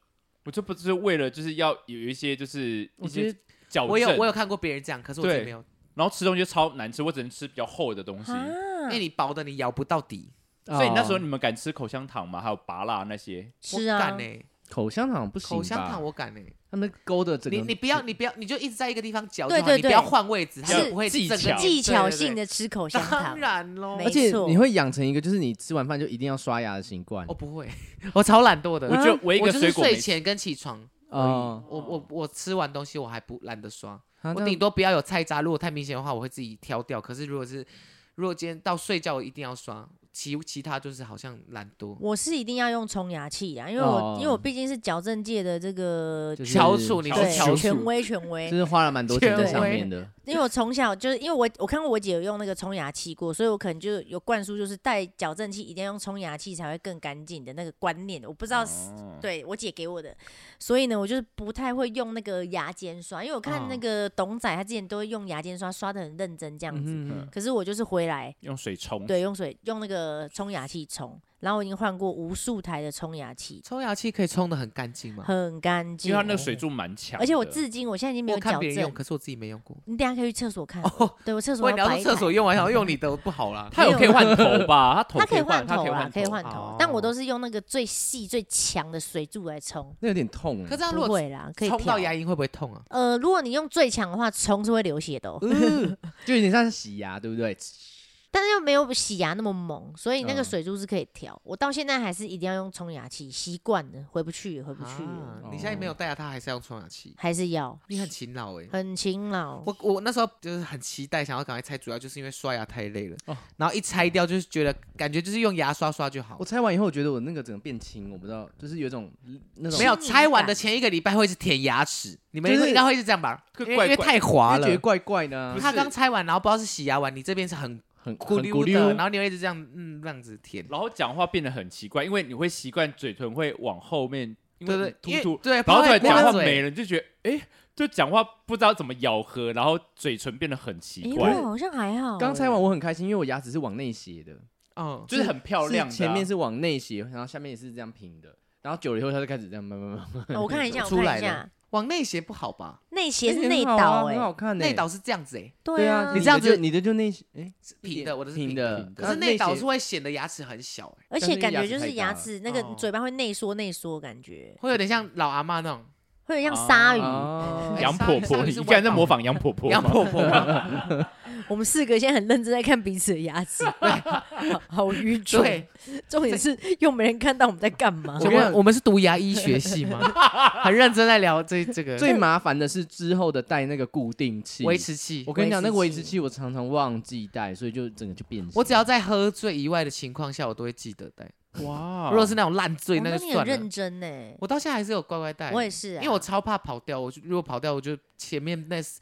[SPEAKER 3] 我就不是为了就是要有一些就是
[SPEAKER 4] 我
[SPEAKER 3] 一
[SPEAKER 4] 觉
[SPEAKER 3] 些
[SPEAKER 4] 得
[SPEAKER 3] 矫正，
[SPEAKER 1] 我有我有看过别人这样，可是我自己没有，
[SPEAKER 3] 然后吃东西就超难吃，我只能吃比较厚的东西。
[SPEAKER 1] 因
[SPEAKER 2] 啊
[SPEAKER 1] 为，你薄的你咬不到底，
[SPEAKER 3] 所以那时候
[SPEAKER 4] 哦
[SPEAKER 3] 你们敢吃口香糖吗？还有拔蜡那些？
[SPEAKER 1] 我
[SPEAKER 2] 是啊
[SPEAKER 1] 干，欸
[SPEAKER 4] 口香糖不行吧？
[SPEAKER 1] 口香糖我敢哎、
[SPEAKER 4] 他们勾的整个
[SPEAKER 1] 你你不要你不要你就一直在一个地方嚼就
[SPEAKER 2] 对
[SPEAKER 1] 好，
[SPEAKER 2] 对
[SPEAKER 1] 你
[SPEAKER 2] 对
[SPEAKER 1] 不要换位置，它
[SPEAKER 3] 要
[SPEAKER 1] 就不会
[SPEAKER 3] 技
[SPEAKER 1] 整个
[SPEAKER 3] 巧
[SPEAKER 2] 技巧性。
[SPEAKER 1] 对对
[SPEAKER 2] 的吃口香
[SPEAKER 1] 对
[SPEAKER 2] 糖
[SPEAKER 1] 当，然喽，
[SPEAKER 2] 没
[SPEAKER 4] 而且
[SPEAKER 2] 错
[SPEAKER 4] 你会养成一个，就是你吃完饭就一定要刷牙的习惯
[SPEAKER 1] 我。哦不会，我超懒惰的。
[SPEAKER 3] 我就唯一一
[SPEAKER 1] 我
[SPEAKER 3] 个
[SPEAKER 1] 就是
[SPEAKER 3] 水果
[SPEAKER 1] 睡
[SPEAKER 3] 没吃，
[SPEAKER 1] 前跟起床，
[SPEAKER 4] 哦，
[SPEAKER 1] 我我我吃完东西我还不懒得刷，我
[SPEAKER 4] 啊那
[SPEAKER 1] 顶多不要有菜渣，如果太明显的话我会自己挑掉。可是如果是如果今天到睡觉我一定要刷，其其他就是好像懒惰。
[SPEAKER 2] 我是一定要用冲牙器啊，因为我、
[SPEAKER 4] 哦
[SPEAKER 2] 因为我毕竟是矫正界的这个
[SPEAKER 4] 就是
[SPEAKER 1] 翘楚你是
[SPEAKER 3] 对
[SPEAKER 1] 翘
[SPEAKER 2] 权
[SPEAKER 1] 楚，
[SPEAKER 2] 威权威
[SPEAKER 4] 就， 是花了蛮多钱在
[SPEAKER 1] 权
[SPEAKER 4] 上
[SPEAKER 1] 威
[SPEAKER 4] 面的。
[SPEAKER 2] 因为我从小就是因为我我看过我姐有用那个冲牙器过，所以我可能就有灌输就是带矫正器一定要用冲牙器才会更干净的那个观念，我不知道是、
[SPEAKER 3] 哦
[SPEAKER 2] 对我姐给我的，所以呢我就是不太会用那个牙尖刷，因为我看那
[SPEAKER 1] 哦
[SPEAKER 2] 个董仔他之前都会用牙尖刷刷的很认真这样子，
[SPEAKER 4] 嗯哼
[SPEAKER 2] 可是我就是回来
[SPEAKER 3] 用水冲，
[SPEAKER 2] 对用水用那个冲牙器冲，然后我已经换过无数台的冲牙器，
[SPEAKER 1] 冲牙器可以冲的很干净吗？
[SPEAKER 2] 很干
[SPEAKER 3] 因
[SPEAKER 2] 净哦
[SPEAKER 3] 为它。那个水柱蛮强的，
[SPEAKER 2] 而且我至今我现在已经没有
[SPEAKER 1] 我看
[SPEAKER 2] 矫
[SPEAKER 1] 别人用，
[SPEAKER 2] 正，
[SPEAKER 1] 可是我自己没 用过。
[SPEAKER 2] 你等一下可以去厕所看。
[SPEAKER 1] 哦，
[SPEAKER 2] 对我厕所
[SPEAKER 1] 我
[SPEAKER 2] 要
[SPEAKER 1] 你要
[SPEAKER 2] 摆
[SPEAKER 1] 说
[SPEAKER 2] 一
[SPEAKER 1] 厕
[SPEAKER 2] 台
[SPEAKER 1] 所用完，想要用你的不好啦。
[SPEAKER 3] 它有可以换头吧？它头
[SPEAKER 2] 它可以换
[SPEAKER 3] 换，它
[SPEAKER 2] 头啊，可以换
[SPEAKER 3] 换
[SPEAKER 2] 头，
[SPEAKER 1] 哦
[SPEAKER 2] 但我都是用那个最细最强的水柱来冲，
[SPEAKER 4] 那有点痛
[SPEAKER 1] 可
[SPEAKER 4] 哎
[SPEAKER 1] 这。样如
[SPEAKER 2] 不
[SPEAKER 1] 果
[SPEAKER 2] 会啦，可以
[SPEAKER 1] 冲
[SPEAKER 2] 跳
[SPEAKER 1] 到。牙龈会不会痛啊？
[SPEAKER 2] 呃，如果你用最强的话，冲是会流血的、哦，
[SPEAKER 4] 就有点像是洗牙，对不对？
[SPEAKER 2] 但是又没有洗牙那么猛，所以那个
[SPEAKER 4] 嗯
[SPEAKER 2] 水柱是可以调。我到现在还是一定要用冲牙器，习惯了，回不去也回不去了，
[SPEAKER 1] 啊你现在没有戴牙套，还是要用冲牙器？
[SPEAKER 2] 还是要
[SPEAKER 1] 你很勤劳哎、
[SPEAKER 2] 很勤劳。哎
[SPEAKER 1] 我我那时候就是很期待，想要赶快拆，主要就是因为刷牙太累了，
[SPEAKER 4] 哦
[SPEAKER 1] 然后一拆掉就是觉得感觉就是用牙刷刷就好
[SPEAKER 4] 我。拆完以后，我觉得我那个整个变轻，我不知道，就是有一种那种
[SPEAKER 1] 没有
[SPEAKER 2] 亲密
[SPEAKER 1] 拆完
[SPEAKER 2] 感
[SPEAKER 1] 的前一个礼拜会是舔牙齿，你们
[SPEAKER 4] 就是
[SPEAKER 1] 会应该会是这样吧？
[SPEAKER 3] 怪
[SPEAKER 1] 因为因为
[SPEAKER 3] 怪
[SPEAKER 1] 太滑
[SPEAKER 4] 就
[SPEAKER 1] 了
[SPEAKER 4] 觉。得怪怪的啊
[SPEAKER 3] 不，是
[SPEAKER 1] 他刚拆完，然后不知道是洗牙完，你这边是很
[SPEAKER 4] 很很
[SPEAKER 1] 咕
[SPEAKER 4] 咕
[SPEAKER 1] 溜的，
[SPEAKER 4] 溜
[SPEAKER 1] 然。后你会一直这样嗯这样子舔。
[SPEAKER 3] 然后讲话变得很奇怪，因为你会习惯嘴唇会往后面，因
[SPEAKER 1] 对对
[SPEAKER 3] 为，
[SPEAKER 1] 因
[SPEAKER 3] 突
[SPEAKER 1] 为
[SPEAKER 3] 突，
[SPEAKER 1] 对，
[SPEAKER 3] 然后突
[SPEAKER 1] 不
[SPEAKER 3] 然讲话
[SPEAKER 1] 嘴
[SPEAKER 3] 没了，你就觉得哎，就讲话不知道怎么咬合，然后嘴唇变得很奇
[SPEAKER 2] 诶，
[SPEAKER 3] 怪
[SPEAKER 2] 我，好像还好、
[SPEAKER 4] 刚拆完我很开心，因为我牙齿是往内斜的，
[SPEAKER 1] 嗯，
[SPEAKER 3] 就是很漂亮的啊。
[SPEAKER 4] 是前面是往内斜，然后下面也是这样平的，然后久了以后它就开始这样慢慢慢慢。
[SPEAKER 2] 哦我看一下，我
[SPEAKER 1] 出
[SPEAKER 2] 看
[SPEAKER 1] 来
[SPEAKER 2] 一
[SPEAKER 1] 了
[SPEAKER 2] 下，
[SPEAKER 1] 往内斜不好吧？
[SPEAKER 2] 内斜是
[SPEAKER 4] 哎
[SPEAKER 2] 内
[SPEAKER 4] 很好啊
[SPEAKER 2] 倒哎、
[SPEAKER 4] 很好看呢。
[SPEAKER 1] 内倒是这样子哎，
[SPEAKER 2] 对
[SPEAKER 4] 对
[SPEAKER 2] 啊
[SPEAKER 4] 啊，，
[SPEAKER 1] 你
[SPEAKER 4] 的
[SPEAKER 1] 这样子
[SPEAKER 4] 就你的就内斜哎
[SPEAKER 1] 是平的，我的是
[SPEAKER 4] 平的
[SPEAKER 1] 可是
[SPEAKER 4] 那
[SPEAKER 1] 内倒
[SPEAKER 4] 斜
[SPEAKER 1] 是会显得牙齿很小哎，
[SPEAKER 2] 而
[SPEAKER 4] 但
[SPEAKER 2] 且
[SPEAKER 4] 是
[SPEAKER 2] 感
[SPEAKER 4] 牙
[SPEAKER 2] 觉
[SPEAKER 4] 齿
[SPEAKER 2] 就是
[SPEAKER 4] 太
[SPEAKER 2] 牙
[SPEAKER 4] 大了
[SPEAKER 2] 齿那个
[SPEAKER 1] 哦
[SPEAKER 2] 嘴巴会内缩内缩，感觉
[SPEAKER 1] 会有点像老阿妈那种。
[SPEAKER 2] 会有点像
[SPEAKER 3] 啊
[SPEAKER 2] 鲨鱼。
[SPEAKER 4] 哦
[SPEAKER 1] 哎
[SPEAKER 3] 杨
[SPEAKER 1] 鲨
[SPEAKER 3] 婆
[SPEAKER 1] 鱼
[SPEAKER 3] 婆，
[SPEAKER 1] 鲨鱼
[SPEAKER 3] 你
[SPEAKER 1] 是
[SPEAKER 3] 刚
[SPEAKER 1] 外
[SPEAKER 3] 才在
[SPEAKER 1] 貌
[SPEAKER 3] 模仿杨婆婆吗，
[SPEAKER 1] 杨婆婆吗
[SPEAKER 2] 我们四个现在很认真在看彼此的牙齿，好好愚蠢。
[SPEAKER 1] 对，
[SPEAKER 2] 重点是又没人看到我们在干嘛
[SPEAKER 1] 我。
[SPEAKER 4] 请问
[SPEAKER 1] 们我们是读牙医学系吗？ 很认真在聊这这个
[SPEAKER 4] 最麻烦的是之后的带那个固定器
[SPEAKER 1] 维。持器
[SPEAKER 4] 我。跟你讲，那个维
[SPEAKER 2] 维
[SPEAKER 4] 持
[SPEAKER 2] 持器
[SPEAKER 4] 器我常常忘记带，所以就整个就变形。
[SPEAKER 1] 我只要在喝醉以外的情况下，我都会记得带。
[SPEAKER 3] 哇
[SPEAKER 1] 如果是那种烂醉，
[SPEAKER 2] 哦
[SPEAKER 1] 就
[SPEAKER 2] 那你很
[SPEAKER 1] 算了
[SPEAKER 2] 认。真呢，
[SPEAKER 1] 我到现在还是有乖乖带，
[SPEAKER 2] 我也是
[SPEAKER 1] 因
[SPEAKER 2] 啊，
[SPEAKER 1] 为我超怕跑掉。我就如果跑掉，我就前面那四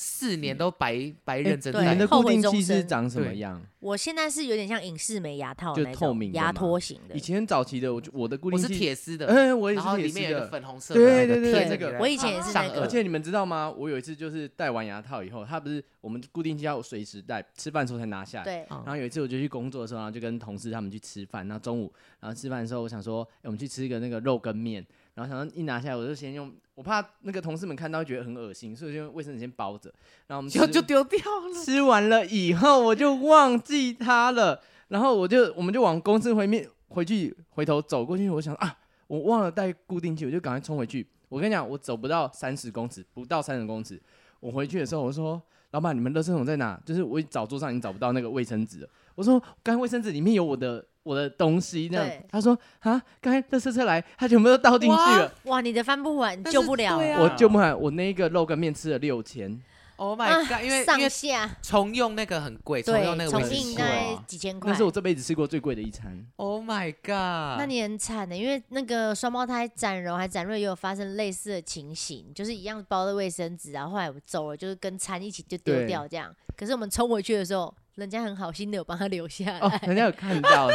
[SPEAKER 1] 四年都白
[SPEAKER 2] 哎
[SPEAKER 1] 白认真
[SPEAKER 4] 你们
[SPEAKER 1] 带
[SPEAKER 4] 的。
[SPEAKER 2] 后
[SPEAKER 4] 固
[SPEAKER 2] 悔
[SPEAKER 4] 定
[SPEAKER 2] 终
[SPEAKER 4] 器是
[SPEAKER 2] 身
[SPEAKER 4] 长什么
[SPEAKER 1] 对
[SPEAKER 4] 样？
[SPEAKER 2] 我现在是有点像隐适美牙套
[SPEAKER 4] 就
[SPEAKER 2] 那
[SPEAKER 4] 透
[SPEAKER 2] 种
[SPEAKER 4] 明的
[SPEAKER 2] 牙
[SPEAKER 4] 嘛
[SPEAKER 2] 托型的
[SPEAKER 4] 以。前早期的我就我的固
[SPEAKER 1] 我
[SPEAKER 4] 定
[SPEAKER 1] 是
[SPEAKER 4] 器，
[SPEAKER 1] 铁丝的，
[SPEAKER 4] 嗯， 我也
[SPEAKER 1] 然后
[SPEAKER 4] 是
[SPEAKER 1] 里面有
[SPEAKER 4] 铁丝
[SPEAKER 1] 一个
[SPEAKER 4] 的。
[SPEAKER 1] 粉红色的那个
[SPEAKER 4] 对对
[SPEAKER 1] 贴
[SPEAKER 4] 对
[SPEAKER 1] 着你来
[SPEAKER 2] 我以前也是那
[SPEAKER 1] 上
[SPEAKER 2] 个
[SPEAKER 1] 颚
[SPEAKER 4] 而且你们知道吗？我有一次就是戴完牙套以后，它不是我们固定器要随时戴，吃饭的时候才拿下来。
[SPEAKER 2] 对，
[SPEAKER 1] 嗯
[SPEAKER 4] 然后有一次我就去工作的时候，然后就跟同事他们去吃饭，然后中午然后吃饭的时候，我想说，哎，我们去吃一个那个肉羹面，然后想说一拿下来我就先用，我怕那个同事们看到会觉得很恶心，所以我就用卫生纸先包着，然后我们
[SPEAKER 1] 就
[SPEAKER 4] 吃
[SPEAKER 1] 就丢掉
[SPEAKER 2] 啊
[SPEAKER 1] 了。
[SPEAKER 4] 吃完了以后我就忘记它了，然后我就我们就往公司回面回去回头走过去，我想啊，我忘了带固定器，我就赶快冲回去。我跟你讲，我走不到三十公尺，不到三十公尺，我回去的时候我说，老板，你们垃圾桶在哪？就是我找桌上已经找不到那个卫生纸了。我说，刚才卫生纸里面有我的我的东西，这样
[SPEAKER 2] 对。
[SPEAKER 4] 他说啊，刚才垃圾车来，他全部都倒进去了。
[SPEAKER 2] 哇，你的翻不完，
[SPEAKER 1] 但
[SPEAKER 2] 救
[SPEAKER 1] 是
[SPEAKER 2] 不了。
[SPEAKER 1] 对啊
[SPEAKER 4] 我就不喊我那一个肉羹面吃了六千，
[SPEAKER 1] Oh
[SPEAKER 2] 啊
[SPEAKER 1] my god！因为因
[SPEAKER 2] 上
[SPEAKER 1] 为
[SPEAKER 4] 哎
[SPEAKER 2] 下
[SPEAKER 1] 重用那个很贵，重用那个
[SPEAKER 2] 对，重
[SPEAKER 1] 维持
[SPEAKER 2] 印
[SPEAKER 1] 器
[SPEAKER 2] 大
[SPEAKER 3] 对
[SPEAKER 2] 概
[SPEAKER 3] 啊
[SPEAKER 2] 几千块
[SPEAKER 4] 那。是我这辈子吃过最贵的一餐。
[SPEAKER 1] Oh my god！
[SPEAKER 2] 那你很惨的，因为那个双胞胎展柔还展瑞也有发生类似的情形，就是一样包的卫生纸，然后后来我们走了，就是跟餐一起就丢
[SPEAKER 4] 对
[SPEAKER 2] 掉这样。可是我们冲回去的时候，人家很好心的有帮他留下来。
[SPEAKER 4] 哦，人家有看到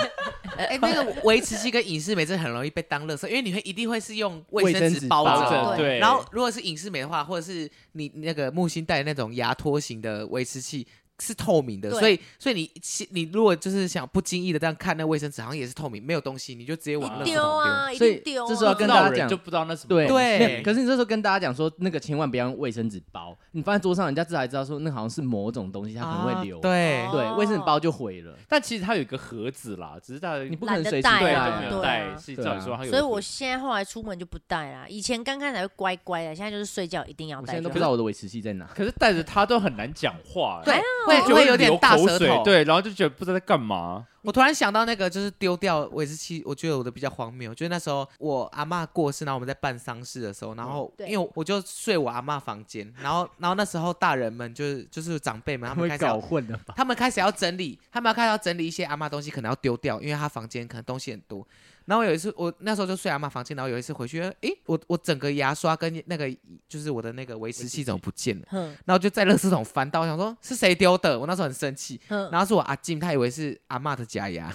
[SPEAKER 1] 哎、那个 维持器跟影视美真的很容易被当垃圾，因为你会一定会是用卫
[SPEAKER 4] 卫
[SPEAKER 1] 生
[SPEAKER 4] 生纸
[SPEAKER 1] 纸包
[SPEAKER 3] 包
[SPEAKER 1] 着。
[SPEAKER 3] 着，
[SPEAKER 2] 对
[SPEAKER 3] 对，
[SPEAKER 1] 然后，如果是影视美的话，或者是你那个木星带的那种牙托型的维持器，是透明的，
[SPEAKER 2] 对
[SPEAKER 1] 所以所以你其你如果就是想不经意的这样看那卫生纸，好像也是透明，没有东西，你就直接往垃圾
[SPEAKER 2] 一
[SPEAKER 1] 桶丢。
[SPEAKER 2] 丢啊，一
[SPEAKER 4] 所以
[SPEAKER 2] 定丢啊。
[SPEAKER 4] 这时候要
[SPEAKER 3] 不知
[SPEAKER 4] 跟
[SPEAKER 3] 道
[SPEAKER 4] 大家
[SPEAKER 3] 人
[SPEAKER 4] 讲
[SPEAKER 3] 就不知道那什么
[SPEAKER 4] 对
[SPEAKER 3] 东西
[SPEAKER 1] 对
[SPEAKER 4] 没有可是你这时候跟大家讲说，那个千万不要用卫生纸包，你放在桌上，人家至少还知道说那好像是某种东西，它可能会流。
[SPEAKER 1] 啊对
[SPEAKER 2] 哦
[SPEAKER 4] 对，卫生纸包就毁了，
[SPEAKER 3] 但其实它有一个盒子啦，只是大家
[SPEAKER 4] 你不可
[SPEAKER 2] 懒
[SPEAKER 4] 能
[SPEAKER 2] 得
[SPEAKER 4] 随时
[SPEAKER 2] 带
[SPEAKER 3] 对
[SPEAKER 2] 啊
[SPEAKER 3] 都
[SPEAKER 4] 带
[SPEAKER 3] 没
[SPEAKER 2] 对
[SPEAKER 3] 有
[SPEAKER 2] 啊
[SPEAKER 3] 带，是照你说它有一个盒子。
[SPEAKER 2] 所以我现在后来出门就不带啦。以前刚开始还会乖乖的，现在就是睡觉一定要
[SPEAKER 4] 我
[SPEAKER 2] 带
[SPEAKER 4] 现
[SPEAKER 2] 就好。
[SPEAKER 4] 在都不知道我的维持器在哪。
[SPEAKER 3] 可是带着它都很难讲话，
[SPEAKER 1] 对
[SPEAKER 3] 哎，
[SPEAKER 1] 会
[SPEAKER 3] 就
[SPEAKER 1] 会有点
[SPEAKER 3] 流
[SPEAKER 1] 大
[SPEAKER 3] 口
[SPEAKER 1] 舌
[SPEAKER 3] 水
[SPEAKER 1] 头。，
[SPEAKER 3] 对，然后就觉得不知道在干嘛。
[SPEAKER 1] 我突然想到那个就是丢掉卫生器，我觉得我的比较荒谬，就是那时候我阿嬷过世，然后我们在办丧事的时候，然后
[SPEAKER 2] 对
[SPEAKER 1] 因为我就睡我阿嬷房间，然后然后那时候大人们就是就是长辈们他们开
[SPEAKER 4] 会
[SPEAKER 1] 始要
[SPEAKER 4] 搞 混的吧？
[SPEAKER 1] 他们开始要整理，他们要开始要整理一些阿妈东西，可能要丢掉，因为他房间可能东西很多。然后有一次，我那时候就睡阿妈房间，然后有一次回去，诶，我我整个牙刷跟那个就是我的那个维持器怎么不见了？
[SPEAKER 2] 哼
[SPEAKER 1] 然后就在垃圾桶翻到，我想说是谁丢的？我那时候很生气，
[SPEAKER 2] 哼，
[SPEAKER 1] 然后是我阿静，她以为是阿妈的假牙，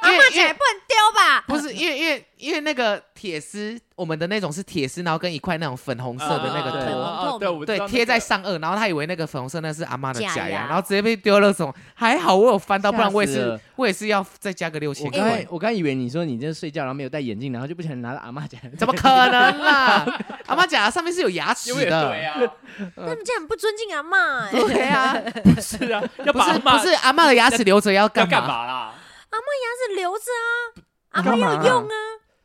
[SPEAKER 2] 阿嬷起来哎不能丢吧？
[SPEAKER 1] 不是因 为因为因为那个铁丝，我们的那种是铁丝，然后跟一块那种粉红色的那个头。
[SPEAKER 2] 啊对
[SPEAKER 3] 啊啊
[SPEAKER 2] 透明
[SPEAKER 3] 对，我知
[SPEAKER 1] 对
[SPEAKER 3] 道，那
[SPEAKER 1] 贴
[SPEAKER 3] 个
[SPEAKER 1] 在上颚，然后他以为那个粉红色那是阿妈的
[SPEAKER 2] 假
[SPEAKER 1] 假
[SPEAKER 2] 牙
[SPEAKER 1] 牙，然后直接被丢了种。还好我有翻到，
[SPEAKER 4] 吓
[SPEAKER 1] 不然我也
[SPEAKER 4] 死
[SPEAKER 1] 是
[SPEAKER 4] 了
[SPEAKER 1] 我也是要再加个六千
[SPEAKER 4] 我刚才
[SPEAKER 1] 块，
[SPEAKER 4] 我刚才以为你说你在睡觉，然后没有戴眼镜，然后就不小心拿到阿妈家。
[SPEAKER 1] 怎么可能啦？阿妈假牙上面是有牙齿
[SPEAKER 3] 因为对
[SPEAKER 1] 的，
[SPEAKER 3] 啊，
[SPEAKER 2] 他们这样很不尊敬阿嬷哎、
[SPEAKER 1] 对 啊，
[SPEAKER 3] 是啊，要
[SPEAKER 1] 不
[SPEAKER 3] 把
[SPEAKER 1] 是
[SPEAKER 3] 阿嬷
[SPEAKER 1] 不是阿妈的牙齿留着要
[SPEAKER 3] 要
[SPEAKER 1] 干
[SPEAKER 3] 干？嘛啦？
[SPEAKER 2] 但是留着啊，阿
[SPEAKER 4] 你
[SPEAKER 2] 嬷
[SPEAKER 4] 干嘛
[SPEAKER 2] 要用啊。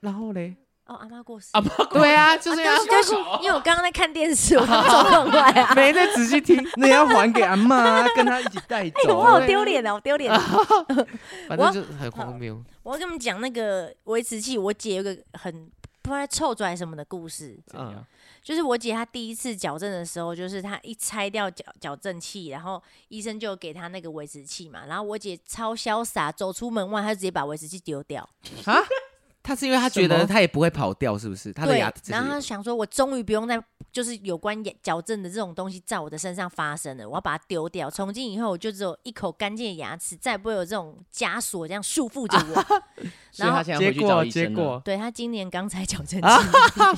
[SPEAKER 1] 然后嘞，
[SPEAKER 2] 哦，阿嬷过世。
[SPEAKER 3] 阿
[SPEAKER 1] 对啊，就是
[SPEAKER 2] 对
[SPEAKER 1] 要
[SPEAKER 2] 不起，对不起，因为我刚刚在看电视，我刚走很快啊。
[SPEAKER 1] 哎没再仔细 听，
[SPEAKER 4] 那也要还给阿妈，跟她一起带
[SPEAKER 2] 哎，我
[SPEAKER 4] 走。
[SPEAKER 2] 好丢脸啊，我丢脸啊。
[SPEAKER 1] 反
[SPEAKER 2] 我
[SPEAKER 1] 正就很荒谬。
[SPEAKER 2] 我要跟你们讲那个维持器，我姐有个很不知道在臭拽什么的故事，
[SPEAKER 3] 怎
[SPEAKER 1] 嗯
[SPEAKER 3] 样？
[SPEAKER 2] 就是我姐她第一次矫正的时候，就是她一拆掉矫矫正器，然后医生就给她那个维持器嘛，然后我姐超潇洒，走出门外，她就直接把维持器丢掉，
[SPEAKER 1] 他是因为他
[SPEAKER 4] 什
[SPEAKER 1] 觉得
[SPEAKER 4] 么
[SPEAKER 1] 他也不会跑掉，是不是？他的
[SPEAKER 2] 对
[SPEAKER 1] 牙，齿
[SPEAKER 2] 然后她想说，我终于不用再就是有关眼矫正的这种东西在我的身上发生了，我要把它丢掉，从今以后我就只有一口干净的牙齿，再也不会有这种枷锁这样束缚着我。
[SPEAKER 4] 所以
[SPEAKER 2] 然后
[SPEAKER 4] 她现在
[SPEAKER 1] 结
[SPEAKER 4] 回去找
[SPEAKER 1] 果
[SPEAKER 4] 医
[SPEAKER 1] 结
[SPEAKER 4] 生了。
[SPEAKER 1] 果
[SPEAKER 2] 对她今年刚才矫 正器，
[SPEAKER 1] 啊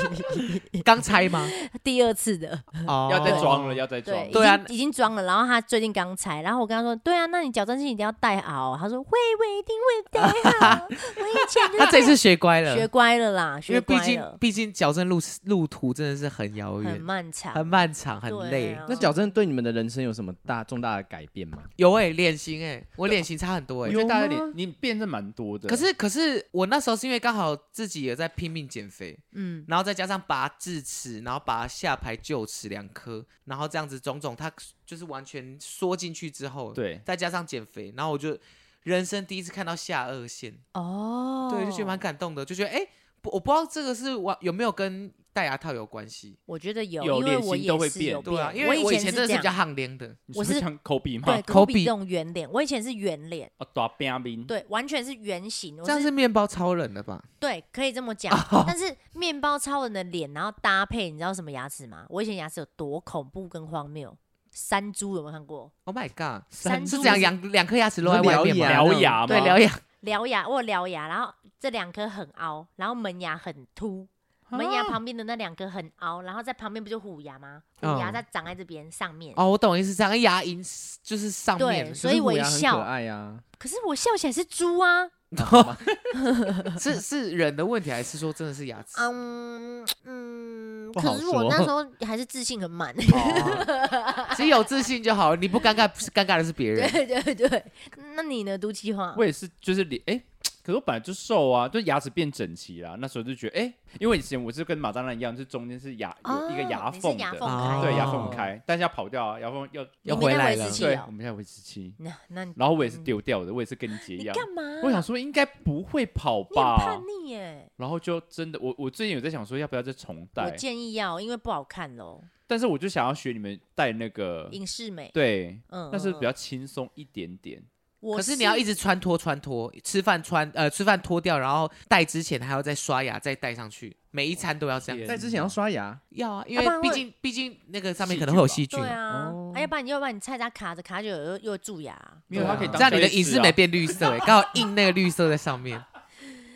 [SPEAKER 1] 刚拆 吗？
[SPEAKER 2] 第二次的。
[SPEAKER 1] 哦，
[SPEAKER 3] 要再装了，要再装
[SPEAKER 2] 对，已
[SPEAKER 3] 了。
[SPEAKER 1] 对啊
[SPEAKER 2] 经已经装了。然后他最近刚拆，然后我跟他说，对啊，那你矫正器一定要戴好哦。他说会，我一定会戴好。我以前 就
[SPEAKER 1] 他这次学乖了，
[SPEAKER 2] 学乖了啦，
[SPEAKER 1] 因
[SPEAKER 2] 学
[SPEAKER 1] 为毕
[SPEAKER 2] 乖
[SPEAKER 1] 竟
[SPEAKER 2] 了，
[SPEAKER 1] 毕竟矫正路路途真的是很遥远、
[SPEAKER 2] 很
[SPEAKER 1] 很
[SPEAKER 2] 漫长，
[SPEAKER 1] 漫长、很
[SPEAKER 2] 对
[SPEAKER 1] 累。
[SPEAKER 2] 啊
[SPEAKER 4] 那矫正对你们的人生有什么大重大的改变吗？
[SPEAKER 1] 有哎、脸型哎、我脸型差很多
[SPEAKER 3] 我
[SPEAKER 1] 哎、
[SPEAKER 3] 觉得大家
[SPEAKER 4] 有
[SPEAKER 3] 脸你变得蛮多的，
[SPEAKER 1] 可是可是我那时候是因为刚好自己也在拼命减肥，
[SPEAKER 2] 嗯，
[SPEAKER 1] 然后再加上拔智齿，然后拔下排臼齿两颗，然后这样子种种，它就是完全缩进去之后，，
[SPEAKER 3] 对，
[SPEAKER 1] 再加上减肥，然后我就人生第一次看到下颚线，
[SPEAKER 2] 哦，
[SPEAKER 1] 对，就觉得蛮，感动的，就觉得哎、不，我不知道这个是完有没有跟戴牙套有关系。
[SPEAKER 2] 我觉得有，
[SPEAKER 3] 有
[SPEAKER 2] 因为
[SPEAKER 3] 脸型
[SPEAKER 2] 我也
[SPEAKER 3] 都会
[SPEAKER 2] 是
[SPEAKER 3] 变
[SPEAKER 2] 有
[SPEAKER 1] 对啊，因
[SPEAKER 2] 我
[SPEAKER 1] 为我以前
[SPEAKER 2] 前
[SPEAKER 1] 真的
[SPEAKER 2] 这
[SPEAKER 1] 是比较
[SPEAKER 2] 样，
[SPEAKER 1] 憨脸的，
[SPEAKER 3] 你
[SPEAKER 2] 我
[SPEAKER 3] 不
[SPEAKER 2] 是
[SPEAKER 3] 像抠鼻嘛
[SPEAKER 2] 对，，
[SPEAKER 1] 口
[SPEAKER 2] 比
[SPEAKER 1] 笔
[SPEAKER 2] 这种圆脸，我以前是圆脸，
[SPEAKER 3] 啊，大边边，
[SPEAKER 2] 对，完全是圆形，
[SPEAKER 1] 嗯这
[SPEAKER 2] 我
[SPEAKER 1] 样是哦面包超人了吧？
[SPEAKER 2] 对，可以这 么讲。但是面包超人的脸，然后搭配，你知道什么牙齿吗？我以前牙齿有多恐怖跟荒谬。山猪有没有看过？
[SPEAKER 1] Oh my god！
[SPEAKER 2] 山
[SPEAKER 1] 是
[SPEAKER 2] 猪
[SPEAKER 1] 这样
[SPEAKER 2] 是
[SPEAKER 1] 两两颗牙齿露在外面
[SPEAKER 4] 你说
[SPEAKER 1] 吗？
[SPEAKER 4] 獠
[SPEAKER 3] 獠牙嘛，
[SPEAKER 1] 对，獠牙。
[SPEAKER 2] 獠牙，我有獠牙，然后这两颗很凹，然后门牙很凸，
[SPEAKER 3] 啊
[SPEAKER 2] 门牙旁边的那两颗很凹，然后在旁边不就虎牙吗？虎牙
[SPEAKER 1] 嗯
[SPEAKER 2] 在长在这边上面。
[SPEAKER 1] 哦，我懂意思，这样牙龈是就是上
[SPEAKER 2] 对
[SPEAKER 1] 面
[SPEAKER 2] 所以我一
[SPEAKER 4] 可是虎牙
[SPEAKER 2] 笑
[SPEAKER 4] 很可爱啊呀。
[SPEAKER 2] 可是我笑起来是猪啊。
[SPEAKER 1] 是是人的问题，还是说真的是牙齿？
[SPEAKER 2] 嗯嗯，
[SPEAKER 4] 不好
[SPEAKER 2] 可是我
[SPEAKER 4] 说
[SPEAKER 2] 那时候还是自信很满。
[SPEAKER 1] 哦其实有自信就好了，你不尴尬，不是尴尬的是别人。
[SPEAKER 2] 对对对， 那你呢？毒气话
[SPEAKER 3] 我也是，就是脸，哎、可是我本来就瘦啊，就牙齿变整齐啦。那时候就觉得，哎、因为以前我是跟马丹娜一样，就中间是牙
[SPEAKER 1] 啊
[SPEAKER 3] 有一个牙
[SPEAKER 2] 你是
[SPEAKER 3] 缝
[SPEAKER 2] 牙
[SPEAKER 3] 的，
[SPEAKER 2] 缝开
[SPEAKER 1] 哦
[SPEAKER 2] 的，
[SPEAKER 3] 对，牙缝开，但是要跑掉啊，牙缝要
[SPEAKER 1] 又
[SPEAKER 2] 你没
[SPEAKER 1] 回
[SPEAKER 2] 戴
[SPEAKER 1] 来
[SPEAKER 2] 维
[SPEAKER 1] 了
[SPEAKER 2] 持器
[SPEAKER 3] 对，
[SPEAKER 2] 哦
[SPEAKER 3] 我们现在维持期，
[SPEAKER 2] 那那你嗯
[SPEAKER 3] 然后我也是丢掉的，我也是跟你姐一
[SPEAKER 2] 你
[SPEAKER 3] 样。
[SPEAKER 2] 干嘛啊？
[SPEAKER 3] 我想说应该不会跑
[SPEAKER 2] 你很
[SPEAKER 3] 吧
[SPEAKER 2] 叛，逆耶！
[SPEAKER 3] 然后就真的，我我最近有在想说要不要再重
[SPEAKER 2] 我
[SPEAKER 3] 戴，
[SPEAKER 2] 建议要，因为不好看喽，
[SPEAKER 3] 但是我就想要学你们戴那个，
[SPEAKER 2] 影视美。
[SPEAKER 3] 对，
[SPEAKER 2] 嗯，
[SPEAKER 3] 但是比
[SPEAKER 2] 嗯
[SPEAKER 3] 较轻松一点点。
[SPEAKER 2] 我
[SPEAKER 1] 可是你要一直穿脱穿脱，吃饭穿呃吃饭脱掉，然后戴之前还要再刷牙再戴上去，每一餐都要这样。
[SPEAKER 3] 天
[SPEAKER 4] 在之前要刷牙，
[SPEAKER 1] 要啊，因
[SPEAKER 2] 要不然
[SPEAKER 1] 为
[SPEAKER 2] 会
[SPEAKER 1] 毕竟毕竟那个上面可能会有细菌
[SPEAKER 2] 对。啊
[SPEAKER 4] 哦，
[SPEAKER 2] 哎要不然你要不然你菜渣卡着卡着又又蛀牙啊，，
[SPEAKER 3] 没有，
[SPEAKER 1] 对啊
[SPEAKER 3] 它可以当
[SPEAKER 1] 这样你的
[SPEAKER 3] 消炎
[SPEAKER 1] 影视
[SPEAKER 3] 纸啊
[SPEAKER 1] 没变绿色哎，刚好印那个绿色在上面。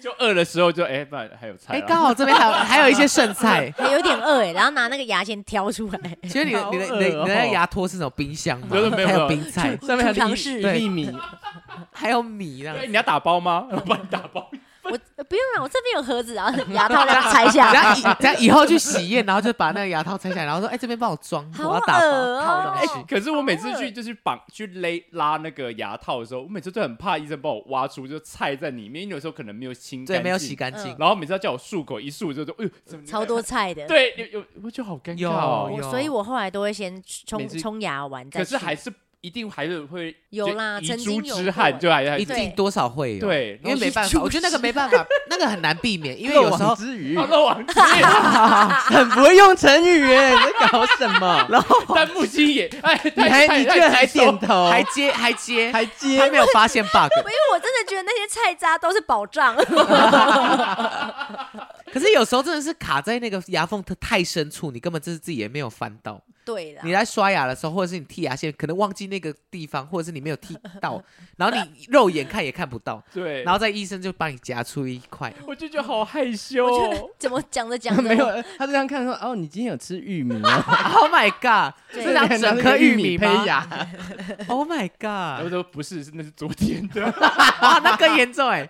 [SPEAKER 3] 就饿的时候就哎、不然还有菜
[SPEAKER 1] 哎，
[SPEAKER 3] 啦。
[SPEAKER 1] 刚好这边还有还有一些剩菜
[SPEAKER 2] 还有点饿哎，然后拿那个牙线挑出来，
[SPEAKER 1] 其实你的你的
[SPEAKER 4] 好
[SPEAKER 1] 你
[SPEAKER 4] 饿
[SPEAKER 1] 的
[SPEAKER 4] 哦
[SPEAKER 1] 你的那个牙托是那种冰箱吗？
[SPEAKER 3] 没有没有
[SPEAKER 1] 还有
[SPEAKER 3] 没有
[SPEAKER 1] 冰菜，
[SPEAKER 4] 上面还
[SPEAKER 2] 储藏
[SPEAKER 4] 有
[SPEAKER 2] 室
[SPEAKER 4] 一粒米，
[SPEAKER 1] 还有米 啦。
[SPEAKER 3] 对，你要打包吗？我帮你打包。
[SPEAKER 2] 我不用了，我这边有盒子，然后牙套让它拆 下来。
[SPEAKER 1] 然后以然后以后去洗验，然后就把那个牙套拆下来，然后说：“哎，这边帮我装，
[SPEAKER 2] 好
[SPEAKER 1] 我要打包
[SPEAKER 2] 恶哦
[SPEAKER 1] 套上
[SPEAKER 3] 哎、
[SPEAKER 1] 去。
[SPEAKER 3] 可是我每次
[SPEAKER 2] 好饿
[SPEAKER 3] 去就是绑去勒拉那个牙套的时候，我每次都很怕医生帮我挖出就菜在里面，因为有时候可能没有清”干
[SPEAKER 1] 对，
[SPEAKER 3] 净，
[SPEAKER 1] 没有洗干净
[SPEAKER 2] 嗯。
[SPEAKER 3] 然后每次要叫我漱口，一漱就说，哎呦，怎么
[SPEAKER 2] 超多？菜的。
[SPEAKER 3] 对，有有，我就好尴尬哦。
[SPEAKER 2] 我，
[SPEAKER 1] 有
[SPEAKER 2] 所以我后来都会先冲
[SPEAKER 4] 每次
[SPEAKER 2] 冲牙完再
[SPEAKER 3] 可
[SPEAKER 2] 去。
[SPEAKER 3] 是还是一定还是会
[SPEAKER 2] 有
[SPEAKER 3] 就
[SPEAKER 2] 啦
[SPEAKER 3] 遗
[SPEAKER 2] 曾
[SPEAKER 3] 珠
[SPEAKER 2] 经有
[SPEAKER 3] 之
[SPEAKER 2] 过
[SPEAKER 3] 憾就还还
[SPEAKER 1] 一
[SPEAKER 2] 嗯对
[SPEAKER 1] 定多少会有，
[SPEAKER 3] 对，
[SPEAKER 1] 因为没办
[SPEAKER 2] 然
[SPEAKER 1] 法，
[SPEAKER 2] 后
[SPEAKER 1] 我觉得那个没办法，那个很难避免， 因为有时候啊
[SPEAKER 4] 漏网之鱼
[SPEAKER 3] 啊，漏网之鱼，
[SPEAKER 4] 很不会用成语耶，你在搞什 么？然后
[SPEAKER 3] 但木星也，哎，
[SPEAKER 4] 你
[SPEAKER 3] 你
[SPEAKER 4] 还你居然还点头，
[SPEAKER 1] 还接还接还
[SPEAKER 4] 还接，
[SPEAKER 1] 没有发现 bug，
[SPEAKER 2] 因为我真的觉得那些菜渣都是宝藏，
[SPEAKER 1] 可是有时候真的是卡在那个牙缝它太深处，你根本就是自己也没有翻到。
[SPEAKER 2] 对啊啦
[SPEAKER 1] 你，在刷牙的时候，或者是你剔牙线，可能忘记那个地方，或者是你没有剔到，然后你肉眼看也看不到，
[SPEAKER 3] 对，
[SPEAKER 1] 然后再医生就帮你夹出一块。
[SPEAKER 3] 我就觉得好害羞
[SPEAKER 2] 我觉
[SPEAKER 3] 哦
[SPEAKER 2] 得。怎么讲着讲着
[SPEAKER 4] 没有，他就这样看说，哦，你今天有吃玉米啊？
[SPEAKER 1] Oh my god！
[SPEAKER 2] 对
[SPEAKER 1] 是拿整颗玉米
[SPEAKER 4] 胚
[SPEAKER 1] 吗
[SPEAKER 4] 芽，
[SPEAKER 1] ？Oh my
[SPEAKER 3] 然后
[SPEAKER 1] god！
[SPEAKER 3] 说不是，是那是昨天 的。
[SPEAKER 1] 啊，那更严重哎、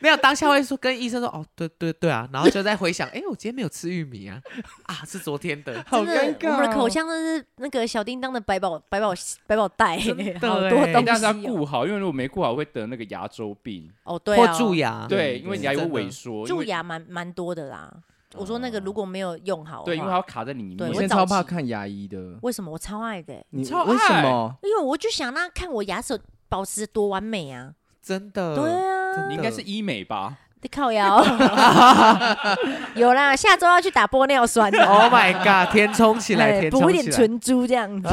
[SPEAKER 1] 没有，当下会说跟医生说哦，对对对啊，然后就在回想， 哎、我今天没有吃玉米啊， 啊，是昨天的，
[SPEAKER 4] 好
[SPEAKER 2] 真的
[SPEAKER 4] 尴尬。哦啊
[SPEAKER 2] 我们的口，腔都是那个小叮当的百宝百宝百宝袋，好多
[SPEAKER 1] 欸
[SPEAKER 2] 东
[SPEAKER 3] 大家
[SPEAKER 2] 西哦。
[SPEAKER 3] 顾好，因为如果没顾好会得那个牙周病。
[SPEAKER 2] 哦，对
[SPEAKER 1] 或
[SPEAKER 2] 啊，
[SPEAKER 1] 蛀牙，
[SPEAKER 3] 对，因为你牙有
[SPEAKER 1] 真的
[SPEAKER 3] 萎缩，因
[SPEAKER 2] 蛀
[SPEAKER 3] 为
[SPEAKER 2] 牙蛮蛮多的啦。我说那个如果没有用好的话，
[SPEAKER 3] 对，因为它要卡在你里
[SPEAKER 4] 我
[SPEAKER 2] 对
[SPEAKER 4] 现在
[SPEAKER 3] 面。
[SPEAKER 4] 超怕看牙医的，
[SPEAKER 2] 为什么我超爱的欸、
[SPEAKER 4] 你
[SPEAKER 3] 超爱
[SPEAKER 4] 为什么？
[SPEAKER 2] 因为我就想那看我牙齿保持得多完美啊。
[SPEAKER 1] 真的，
[SPEAKER 2] 对啊，
[SPEAKER 1] 嗯真
[SPEAKER 3] 你应该是医美吧？
[SPEAKER 2] 你靠腰，有啦，下周要去打玻尿酸 的。
[SPEAKER 1] Oh my god！填充起来，
[SPEAKER 2] 哎
[SPEAKER 1] 填
[SPEAKER 2] 补
[SPEAKER 1] 充
[SPEAKER 2] 一
[SPEAKER 1] 起
[SPEAKER 2] 点
[SPEAKER 1] 来。
[SPEAKER 2] 唇珠这样子，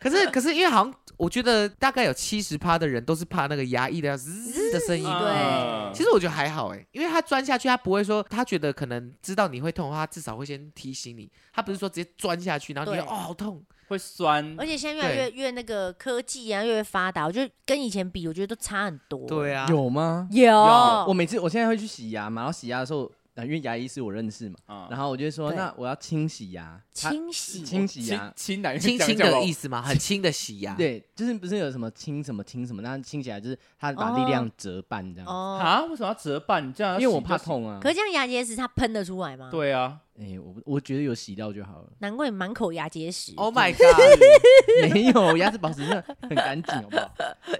[SPEAKER 1] 可是可是，因为好像我觉得大概有七十趴的人都是怕那个牙医的 滋的声音。
[SPEAKER 2] 对
[SPEAKER 3] 嗯
[SPEAKER 1] 其实我觉得还好哎、因为他钻下去，他不会说他觉得可能知道你会痛的话，他至少会先提醒你。他不是说直接钻下去，然后你就
[SPEAKER 2] 对
[SPEAKER 1] 哦好痛。
[SPEAKER 3] 会酸
[SPEAKER 2] 而。且现在越来越越那个科技啊，越来越发达，我觉得跟以前比，我觉得都差很多。
[SPEAKER 1] 对啊，
[SPEAKER 4] 有吗？
[SPEAKER 2] 有，
[SPEAKER 4] 我每次我现在会去洗牙嘛，然后洗牙的时候，呃因为牙医是我认识嘛，
[SPEAKER 3] 嗯
[SPEAKER 4] 然后我就会说，
[SPEAKER 2] 哦对
[SPEAKER 4] 那我要清洗牙，他
[SPEAKER 2] 清洗，
[SPEAKER 4] 清洗
[SPEAKER 3] 清
[SPEAKER 4] 牙，
[SPEAKER 3] 清奶
[SPEAKER 1] 轻轻
[SPEAKER 3] 这
[SPEAKER 1] 的
[SPEAKER 3] 样 讲
[SPEAKER 1] 意思嘛，很轻的洗牙。，
[SPEAKER 4] 对，就是不是有什么清什么清什么，那清洗牙就是他把力量折半这样，
[SPEAKER 3] 吧
[SPEAKER 2] 哦，
[SPEAKER 3] 啊？为什么要折半？你这样要
[SPEAKER 4] 因为我
[SPEAKER 3] 洗就
[SPEAKER 4] 怕
[SPEAKER 3] 洗。
[SPEAKER 4] 痛啊。
[SPEAKER 2] 可是这样牙结石它喷得出来吗？，，
[SPEAKER 3] 对啊，
[SPEAKER 4] 哎，我不我觉得有洗掉就好了
[SPEAKER 2] 难怪你满口牙结石，
[SPEAKER 3] 哦
[SPEAKER 1] Oh my god！
[SPEAKER 4] 没有我牙齿保持真的很干净，好不好？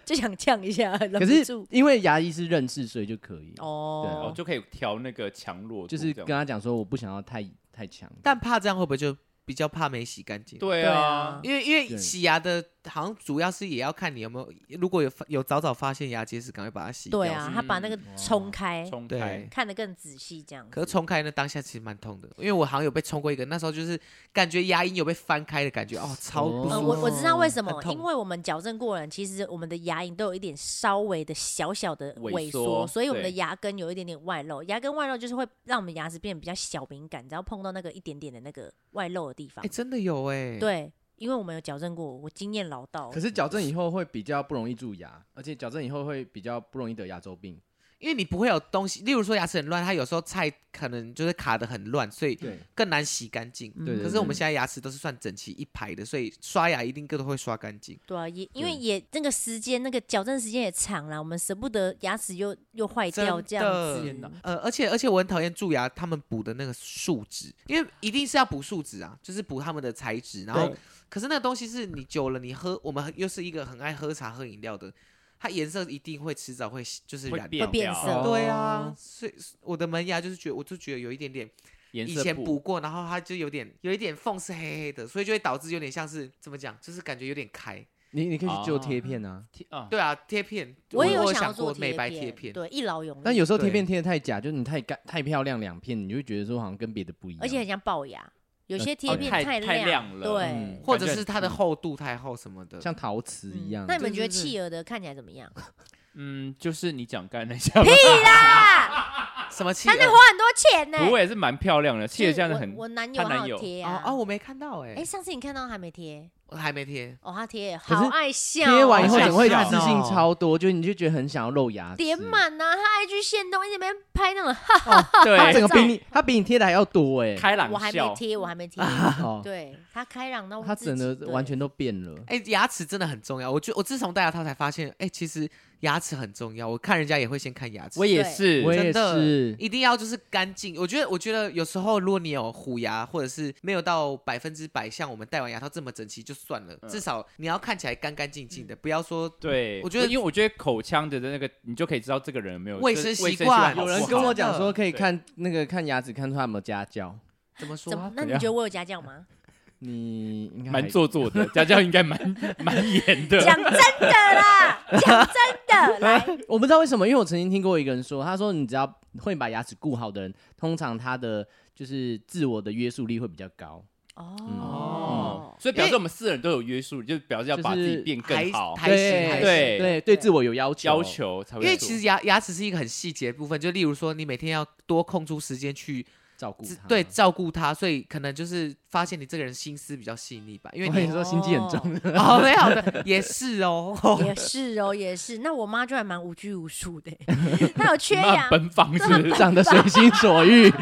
[SPEAKER 2] 就想呛一下， 忍
[SPEAKER 4] 可
[SPEAKER 2] 不
[SPEAKER 4] 是
[SPEAKER 2] 住。
[SPEAKER 4] 因为牙医是认识，所以就可以，
[SPEAKER 3] 我
[SPEAKER 2] 哦，
[SPEAKER 3] 就可以调那个强弱度这
[SPEAKER 4] 就
[SPEAKER 3] 样，
[SPEAKER 4] 是跟他讲说我不想要太太强，
[SPEAKER 1] 但怕这样会不会就比较怕没洗干净？
[SPEAKER 3] 对
[SPEAKER 2] 对啊
[SPEAKER 3] 啊，
[SPEAKER 1] 因为因为
[SPEAKER 4] 对
[SPEAKER 1] 洗牙的，好像主要是也要看你有没有，如果有发有早早发现牙结石，赶快把它洗掉。
[SPEAKER 2] 对啊，
[SPEAKER 3] 嗯
[SPEAKER 2] 他把那个冲
[SPEAKER 4] 啊
[SPEAKER 2] 开，
[SPEAKER 3] 冲开
[SPEAKER 1] 对。
[SPEAKER 2] 看得更仔细，这样子。
[SPEAKER 1] 可是冲开那当下其实蛮痛的，因为我好像有被冲过一个，那时候就是感觉牙龈有被翻开的感觉，哦，超不
[SPEAKER 2] 呃，
[SPEAKER 1] 舒
[SPEAKER 2] 我
[SPEAKER 1] 服。
[SPEAKER 2] 我知道为什
[SPEAKER 1] 很
[SPEAKER 2] 么，
[SPEAKER 1] 痛
[SPEAKER 2] 因为我们矫正过人，其实我们的牙龈都有一点稍微的小小的
[SPEAKER 3] 萎
[SPEAKER 2] 萎缩，
[SPEAKER 3] 缩
[SPEAKER 2] 所以我们的
[SPEAKER 3] 对
[SPEAKER 2] 牙根有一点点外露。牙根外露就是会让我们牙齿变得比较小敏感，只要碰到那个一点点的那个外露的地
[SPEAKER 1] 哎、
[SPEAKER 2] 方，
[SPEAKER 1] 真的有哎、，
[SPEAKER 2] 对，因为我们有矫正过，我经验老道
[SPEAKER 4] 可。是矫正以后会比较不容易蛀牙，而且矫正以后会比较不容易得牙周病。
[SPEAKER 1] 因为你不会有东西，例如说牙齿很乱，它有时候菜可能就是卡的很乱，所以
[SPEAKER 4] 对
[SPEAKER 1] 更难洗干净。
[SPEAKER 2] 嗯
[SPEAKER 4] 对对
[SPEAKER 1] 可是我们现在牙齿都是算整齐一排的，所以刷牙一定个都会刷干净。
[SPEAKER 2] 对啊，也因为
[SPEAKER 4] 对
[SPEAKER 2] 也那个时间，那个矫正时间也长了，我们舍不得牙齿又又坏掉这
[SPEAKER 1] 真
[SPEAKER 2] 样
[SPEAKER 1] 的
[SPEAKER 2] 子
[SPEAKER 3] 天。哪
[SPEAKER 1] 呃，而且而且我很讨厌蛀牙，他们补的那个树脂，因为一定是要补树脂啊，就是补他们的材质。然后
[SPEAKER 4] 对，
[SPEAKER 1] 可是那个东西是你久了，你喝，我们又是一个很爱喝茶喝饮料的，它颜色一定会迟早会就是
[SPEAKER 3] 会
[SPEAKER 1] 染
[SPEAKER 3] 变
[SPEAKER 1] 掉。
[SPEAKER 2] 会变
[SPEAKER 3] 掉
[SPEAKER 2] 色
[SPEAKER 1] 对啊，所以我的门牙就是觉得，我就觉得有一点点，
[SPEAKER 3] 颜
[SPEAKER 1] 以
[SPEAKER 3] 色
[SPEAKER 1] 前
[SPEAKER 3] 不
[SPEAKER 1] 补过，然后它就有点有一点缝是黑黑的，所以就会导致有点像是怎么讲，就是感觉有点开。
[SPEAKER 4] 你你可以去做贴片啊，
[SPEAKER 3] 贴啊，
[SPEAKER 1] 对啊，贴片，
[SPEAKER 2] 我也
[SPEAKER 1] 有
[SPEAKER 2] 想要
[SPEAKER 1] 想
[SPEAKER 2] 做
[SPEAKER 1] 过美白
[SPEAKER 2] 贴
[SPEAKER 1] 片，
[SPEAKER 2] 对，一劳永逸。
[SPEAKER 4] 但有时候贴
[SPEAKER 1] 对
[SPEAKER 4] 片贴的太假，就是你太干太漂亮两片，你就会觉得说好像跟别的不一样。
[SPEAKER 2] 而且很像龅牙，有些贴
[SPEAKER 3] 哦
[SPEAKER 2] 片
[SPEAKER 3] 太太
[SPEAKER 2] 亮。
[SPEAKER 3] 亮了，
[SPEAKER 2] 对
[SPEAKER 4] 嗯
[SPEAKER 1] 或者
[SPEAKER 3] 感觉
[SPEAKER 1] 是
[SPEAKER 3] 很
[SPEAKER 1] 它的厚度太厚什么的。
[SPEAKER 4] 像陶瓷
[SPEAKER 2] 嗯
[SPEAKER 4] 一样。
[SPEAKER 2] 那你们
[SPEAKER 1] 对
[SPEAKER 2] 觉
[SPEAKER 1] 对
[SPEAKER 2] 得
[SPEAKER 1] 对
[SPEAKER 2] 企鹅的看起来怎么 样？
[SPEAKER 3] 嗯，就是你讲刚才那下，
[SPEAKER 2] 啊！
[SPEAKER 1] 什么气
[SPEAKER 2] 他
[SPEAKER 1] 耳？
[SPEAKER 2] 那花很多钱呢、
[SPEAKER 3] 不过也是蛮漂亮的，
[SPEAKER 2] 就
[SPEAKER 3] 气
[SPEAKER 2] 是
[SPEAKER 3] 得这样子很
[SPEAKER 2] 我我男友
[SPEAKER 3] 他男
[SPEAKER 2] 还有
[SPEAKER 3] 友
[SPEAKER 2] 贴
[SPEAKER 1] 哦
[SPEAKER 2] 啊。
[SPEAKER 1] 哦，我没看到哎、
[SPEAKER 2] 哎、上次你看到还没贴，
[SPEAKER 1] 我还没贴，
[SPEAKER 2] 哦，他贴
[SPEAKER 4] 可是
[SPEAKER 2] 好爱笑哦，
[SPEAKER 4] 贴完以后
[SPEAKER 1] 好
[SPEAKER 4] 怎么会
[SPEAKER 1] 想
[SPEAKER 4] 自信
[SPEAKER 1] 哦
[SPEAKER 4] 超多？就你就觉得很想要露牙齿，
[SPEAKER 2] 点满呐、他 IG 线动一直边拍那种，哈
[SPEAKER 4] 他
[SPEAKER 3] 对，
[SPEAKER 4] 哎 整个比你他比你贴的还要多哎，
[SPEAKER 3] 开朗
[SPEAKER 2] 我还没
[SPEAKER 3] 笑，
[SPEAKER 2] 贴，我还没贴，
[SPEAKER 4] 哦，
[SPEAKER 2] 对他开朗
[SPEAKER 1] 啊
[SPEAKER 2] 到
[SPEAKER 4] 他整个完全都变了。
[SPEAKER 1] 哎、牙齿真的很重要。我觉我自从戴牙套才发现，哎、其实牙齿很重要。我看人家也会先看牙齿，
[SPEAKER 3] 我也
[SPEAKER 2] 对
[SPEAKER 3] 是，
[SPEAKER 4] 我也
[SPEAKER 1] 真的
[SPEAKER 4] 是，
[SPEAKER 1] 一定要就是干净。我觉得，我觉得有时候如果你有虎牙，或者是没有到百分之百像我们戴完牙套这么整齐就算了，
[SPEAKER 3] 嗯
[SPEAKER 1] 至少你要看起来干干净净
[SPEAKER 2] 嗯
[SPEAKER 1] 的，不要说
[SPEAKER 3] 对，
[SPEAKER 1] 我觉得
[SPEAKER 3] 因为我觉得口腔的那个，你就可以知道这个人有没有
[SPEAKER 1] 卫
[SPEAKER 3] 就
[SPEAKER 1] 生
[SPEAKER 3] 是
[SPEAKER 1] 习
[SPEAKER 3] 卫生
[SPEAKER 1] 惯
[SPEAKER 3] 好不
[SPEAKER 4] 有
[SPEAKER 1] 有
[SPEAKER 4] 人
[SPEAKER 3] 好
[SPEAKER 4] 跟我
[SPEAKER 1] 真的
[SPEAKER 4] 讲说可以
[SPEAKER 3] 对
[SPEAKER 4] 看那个看牙齿，看出他有没有家教。
[SPEAKER 1] 怎么说
[SPEAKER 2] 怎么
[SPEAKER 1] 啊。？
[SPEAKER 2] 那你觉得我有家教 吗？
[SPEAKER 4] 你应该还
[SPEAKER 3] 蛮做作的，家教应该蛮蛮严的。
[SPEAKER 2] 讲真的啦，讲真的，来，
[SPEAKER 4] 我不知道为什么，因为我曾经听过一个人说，他说你只要会把牙齿顾好的人，通常他的就是自我的约束力会比较高。
[SPEAKER 2] 哦，
[SPEAKER 3] 所以表示我们四人都有约束，就表示要把自己变
[SPEAKER 1] 还
[SPEAKER 3] 更好，
[SPEAKER 1] 还行，还行。
[SPEAKER 4] 对对对，自我有要求。
[SPEAKER 3] 要求才会
[SPEAKER 1] 因
[SPEAKER 3] 做。
[SPEAKER 1] 为其实牙牙齿是一个很细节的部分，就例如说你每天要多空出时间去
[SPEAKER 4] 照顾
[SPEAKER 1] 自
[SPEAKER 4] 他。
[SPEAKER 1] 对，照顾它，所以可能就是发现你这个人心思比较细腻吧，因为
[SPEAKER 4] 我跟你
[SPEAKER 1] 你
[SPEAKER 4] 说心机很重 的。
[SPEAKER 1] 哦没有的也是哦，
[SPEAKER 2] 也是哦，也是。那我妈就还蛮无拘无束的，她有缺
[SPEAKER 3] 你妈
[SPEAKER 2] 牙，
[SPEAKER 3] 奔放是不是
[SPEAKER 4] 长得随心所欲，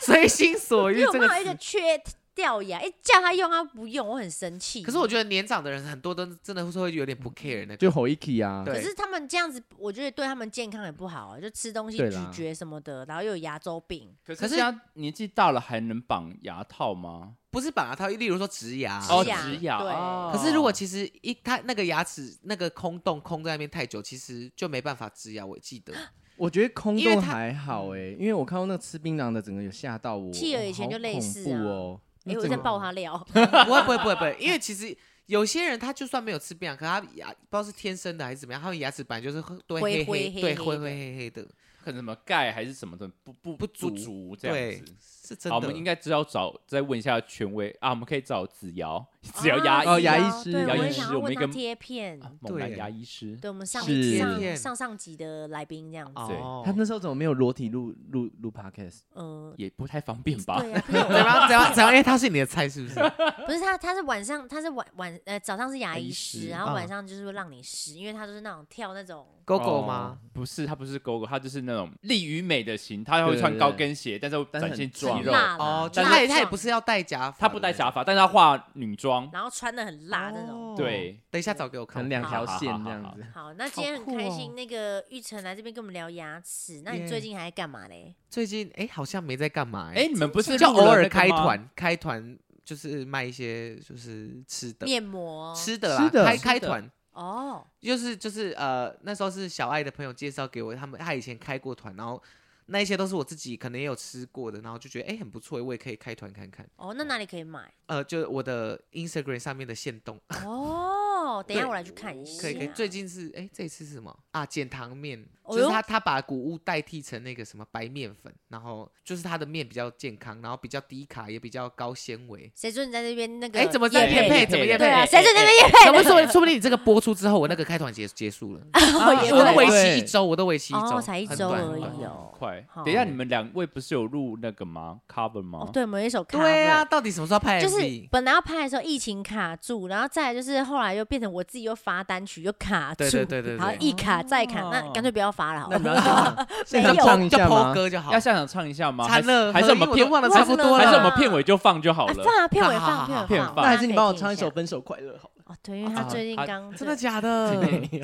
[SPEAKER 1] 随心所
[SPEAKER 2] 因
[SPEAKER 1] 欲
[SPEAKER 2] 为我
[SPEAKER 1] 这个
[SPEAKER 2] 妈有一个
[SPEAKER 1] 词。
[SPEAKER 2] 缺掉牙，一叫她用她不用，我很生气。
[SPEAKER 1] 可是我觉得年长的人很多都真的是会有点
[SPEAKER 3] 嗯
[SPEAKER 1] 不 care 那个，
[SPEAKER 4] 就吼一起啊。
[SPEAKER 1] 对
[SPEAKER 2] 可是他们这样子，我觉得对他们健康也不好啊，就吃东西
[SPEAKER 4] 对
[SPEAKER 2] 咀
[SPEAKER 4] 啦
[SPEAKER 2] 嚼什么的，然后又有牙周病。
[SPEAKER 3] 可
[SPEAKER 1] 可是
[SPEAKER 3] 是现在年纪大了还能绑牙套吗？
[SPEAKER 1] 不是绑牙套，例如说植牙。
[SPEAKER 2] 植
[SPEAKER 3] 哦，
[SPEAKER 2] 牙
[SPEAKER 3] 植牙。
[SPEAKER 2] 对
[SPEAKER 3] 哦
[SPEAKER 1] 可是如果其实一它那个牙齿那个空洞空在那边太久，其实就没办法植牙。我记得
[SPEAKER 4] 我觉得空
[SPEAKER 1] 因为
[SPEAKER 4] 洞
[SPEAKER 1] 他
[SPEAKER 4] 还好哎、因为我看到那个吃槟榔的，整个有吓到我。
[SPEAKER 2] 企鹅
[SPEAKER 4] 哦
[SPEAKER 2] 以前
[SPEAKER 4] 好
[SPEAKER 2] 就类
[SPEAKER 4] 恐
[SPEAKER 2] 似
[SPEAKER 4] 怖
[SPEAKER 2] 啊
[SPEAKER 4] 哦。
[SPEAKER 2] 哎、
[SPEAKER 4] 那
[SPEAKER 2] 我
[SPEAKER 4] 整
[SPEAKER 2] 在
[SPEAKER 4] 个
[SPEAKER 2] 爆她料，
[SPEAKER 1] 不会不会不会不会，因为其实有些人他就算没有吃槟榔，可他牙不知道是天生的还是怎么样，他们牙齿本来就是都
[SPEAKER 2] 灰
[SPEAKER 1] 黑
[SPEAKER 2] 灰黑
[SPEAKER 1] 对
[SPEAKER 2] 黑
[SPEAKER 1] 灰
[SPEAKER 2] 的
[SPEAKER 1] 灰黑黑的，
[SPEAKER 3] 可能什么钙还是什么的不不
[SPEAKER 1] 不足
[SPEAKER 3] 足这
[SPEAKER 1] 对
[SPEAKER 3] 样子。
[SPEAKER 1] 是真
[SPEAKER 3] 哦好，我
[SPEAKER 1] 的
[SPEAKER 3] 们。应该知道找再问一下权威啊，我们可以找子瑶，子瑶
[SPEAKER 2] 啊
[SPEAKER 3] 牙
[SPEAKER 4] 哦
[SPEAKER 3] 医
[SPEAKER 4] 牙医
[SPEAKER 2] 对
[SPEAKER 4] 师
[SPEAKER 2] 我
[SPEAKER 4] 牙医
[SPEAKER 2] 也
[SPEAKER 4] 师
[SPEAKER 2] 想要
[SPEAKER 3] 我们
[SPEAKER 2] 问
[SPEAKER 3] 一
[SPEAKER 2] 她
[SPEAKER 3] 个
[SPEAKER 2] 贴片。
[SPEAKER 3] 啊猛男
[SPEAKER 1] 对
[SPEAKER 3] 牙医师，
[SPEAKER 2] 对我们上
[SPEAKER 4] 是
[SPEAKER 2] 上上上集的来宾这样子，
[SPEAKER 3] 对
[SPEAKER 1] 哦
[SPEAKER 4] 他那时候怎么没有裸体录录录 podcast？
[SPEAKER 2] 嗯、
[SPEAKER 3] 也不太方便吧？
[SPEAKER 2] 对啊，不
[SPEAKER 1] 怎么
[SPEAKER 2] 是
[SPEAKER 1] 样怎么样怎么样？因为哎他是你的菜是 不是？
[SPEAKER 2] 不是他，他是晚上，他是晚晚呃早上是牙
[SPEAKER 3] 牙医
[SPEAKER 2] 医
[SPEAKER 3] 师
[SPEAKER 2] 师，然后
[SPEAKER 1] 啊
[SPEAKER 2] 晚上就是会让你湿，因为他就是那种跳那种
[SPEAKER 1] 狗狗吗？
[SPEAKER 3] 哦？不是，它不是狗狗，它就是那种力与美的型，它会
[SPEAKER 4] 对
[SPEAKER 3] 穿
[SPEAKER 4] 对
[SPEAKER 3] 高
[SPEAKER 4] 对
[SPEAKER 3] 跟鞋，但是会
[SPEAKER 4] 但是
[SPEAKER 3] 展现
[SPEAKER 4] 很
[SPEAKER 3] 肌
[SPEAKER 2] 很
[SPEAKER 3] 肉。
[SPEAKER 2] 辣啦
[SPEAKER 1] 哦，就
[SPEAKER 2] 辣
[SPEAKER 1] 他也
[SPEAKER 2] 状
[SPEAKER 1] 他也不是要戴假发，
[SPEAKER 3] 它不戴假发，但是它化女装。
[SPEAKER 2] 然后穿的很辣那种。
[SPEAKER 1] 哦
[SPEAKER 3] 对，
[SPEAKER 1] 等一下找给我
[SPEAKER 4] 可
[SPEAKER 1] 看
[SPEAKER 4] 能。两
[SPEAKER 2] 好
[SPEAKER 4] 条
[SPEAKER 3] 好
[SPEAKER 4] 线
[SPEAKER 3] 好
[SPEAKER 4] 这样
[SPEAKER 3] 好
[SPEAKER 4] 子。
[SPEAKER 2] 好，那今天
[SPEAKER 1] 好
[SPEAKER 2] 很
[SPEAKER 1] 酷
[SPEAKER 2] 开
[SPEAKER 1] 哦
[SPEAKER 2] 心，那个玉成来这边跟我们聊牙齿。那你最
[SPEAKER 1] 耶
[SPEAKER 2] 近还在干嘛嘞？
[SPEAKER 1] 最近哎，好像没在干嘛
[SPEAKER 3] 哎，
[SPEAKER 1] 哎，
[SPEAKER 3] 你们不是
[SPEAKER 1] 就
[SPEAKER 3] 录了
[SPEAKER 1] 偶尔
[SPEAKER 3] 那个
[SPEAKER 1] 开
[SPEAKER 3] 吗？
[SPEAKER 1] 团，开团就是卖一些就是吃的，
[SPEAKER 2] 面哦膜
[SPEAKER 1] 吃的
[SPEAKER 4] 吃
[SPEAKER 1] 啦，
[SPEAKER 4] 的
[SPEAKER 1] 开
[SPEAKER 4] 吃
[SPEAKER 1] 开
[SPEAKER 3] 的
[SPEAKER 1] 团。
[SPEAKER 2] 哦，
[SPEAKER 1] 就是就是呃，那时候是小爱的朋友介绍给我，他们他以前开过团，然后那一些都是我自己可能也有吃过的，然后就觉得哎、诶很不错，我也可以开团看看。
[SPEAKER 2] 哦，那哪里可 以买？
[SPEAKER 1] 呃，就我的 Instagram 上面的线动，
[SPEAKER 2] 哦，等一下
[SPEAKER 1] 对
[SPEAKER 2] 我来去看一下。
[SPEAKER 1] 可以可以。最近是哎、这一次是什么啊？减糖面，
[SPEAKER 2] 啊哦
[SPEAKER 1] 就
[SPEAKER 2] 哟
[SPEAKER 1] 是他他把谷物代替成那个什么白面粉，然后就是他的面比较健康，然后比较低卡，也比较高纤 维。
[SPEAKER 2] 谁准你在这边那个？
[SPEAKER 1] 哎怎么在
[SPEAKER 3] 业
[SPEAKER 1] 业
[SPEAKER 3] 配
[SPEAKER 1] 配？怎么业
[SPEAKER 2] 对啊，
[SPEAKER 1] 配？
[SPEAKER 2] 谁准你在那边
[SPEAKER 1] 怎么说？说不定你这个播出之后，我那个开团结结束 了。
[SPEAKER 2] 夜配？
[SPEAKER 4] 也
[SPEAKER 1] 哦我都
[SPEAKER 4] 对会
[SPEAKER 1] 为期
[SPEAKER 4] 对
[SPEAKER 1] 一周，我都为期一
[SPEAKER 2] 哦
[SPEAKER 1] 周，
[SPEAKER 2] 才一
[SPEAKER 1] 很
[SPEAKER 2] 周
[SPEAKER 1] 短
[SPEAKER 2] 而
[SPEAKER 1] 很
[SPEAKER 2] 已
[SPEAKER 1] 短
[SPEAKER 2] 哦
[SPEAKER 3] 很哎快，
[SPEAKER 2] 好
[SPEAKER 3] 等一下你们两位不是有录那个吗？cover 吗
[SPEAKER 2] 哦，？对，我们有一首歌。
[SPEAKER 1] 对啊，，到底什么时候拍 MV？
[SPEAKER 2] 就是本来要拍的时候疫情卡住，然后再来就是后来又变成我自己又发单曲又卡住，
[SPEAKER 1] 对对对对对哦
[SPEAKER 2] 然后一卡再卡，那干脆不要发了好
[SPEAKER 4] 那
[SPEAKER 2] 了
[SPEAKER 4] 你。们要现
[SPEAKER 2] 没
[SPEAKER 4] 场现场
[SPEAKER 2] 有
[SPEAKER 4] 唱一
[SPEAKER 1] 就
[SPEAKER 4] 下
[SPEAKER 1] 抛
[SPEAKER 4] 吗？
[SPEAKER 1] 歌就好
[SPEAKER 3] 要。现场唱一下吗？还
[SPEAKER 1] 惨了，
[SPEAKER 3] 是还
[SPEAKER 1] 合
[SPEAKER 3] 是我
[SPEAKER 1] 音
[SPEAKER 3] 们
[SPEAKER 1] 都
[SPEAKER 3] 片
[SPEAKER 1] 忘了差不多
[SPEAKER 2] 忘了
[SPEAKER 3] 还是我
[SPEAKER 1] 了。
[SPEAKER 3] 们片尾就放就好
[SPEAKER 2] 啊
[SPEAKER 3] 了。
[SPEAKER 2] 放啊，片尾
[SPEAKER 1] 好好
[SPEAKER 2] 放，
[SPEAKER 1] 好
[SPEAKER 2] 片
[SPEAKER 3] 片
[SPEAKER 2] 尾放，
[SPEAKER 3] 放
[SPEAKER 4] 那还
[SPEAKER 2] 大家
[SPEAKER 4] 是你
[SPEAKER 2] 可以
[SPEAKER 4] 帮我
[SPEAKER 2] 听
[SPEAKER 4] 唱一首
[SPEAKER 2] 下
[SPEAKER 4] 《分手快乐》好了。
[SPEAKER 2] 哦，对，因为他
[SPEAKER 3] 啊
[SPEAKER 2] 最近
[SPEAKER 3] 他
[SPEAKER 2] 刚
[SPEAKER 1] 真的假 的？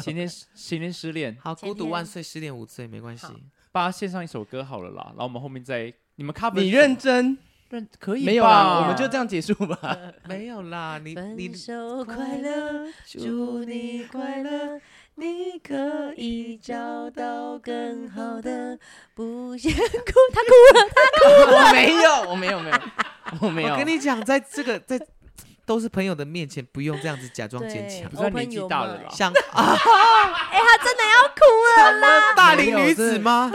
[SPEAKER 3] 晴天晴天失恋，
[SPEAKER 1] 好，
[SPEAKER 2] 前
[SPEAKER 1] 孤独
[SPEAKER 2] 天
[SPEAKER 1] 万岁，失恋无罪，没关系
[SPEAKER 2] 好。
[SPEAKER 3] 把它献上一首歌好了啦。然后我们后面再你们 cover
[SPEAKER 4] 你认真
[SPEAKER 3] 啊认可以
[SPEAKER 4] 没有
[SPEAKER 3] 吧
[SPEAKER 4] 啦？
[SPEAKER 2] 吧
[SPEAKER 4] 我们就这样结束吧。
[SPEAKER 1] 没有啦，你
[SPEAKER 2] 分
[SPEAKER 1] 你
[SPEAKER 2] 手快乐，祝你快乐，你可以找到更好的，不想哭。他哭，
[SPEAKER 4] 我没有，我没有，没有，我没有。
[SPEAKER 1] 我跟你讲，在这个在都是朋友的面前，不用这样子假装坚强
[SPEAKER 2] 对。
[SPEAKER 3] 不是他
[SPEAKER 2] Open
[SPEAKER 3] 年纪
[SPEAKER 2] your
[SPEAKER 3] 大了啦
[SPEAKER 2] mind
[SPEAKER 1] 像啊，
[SPEAKER 2] 哎、他真的要哭了 啦！
[SPEAKER 1] 大龄女子吗？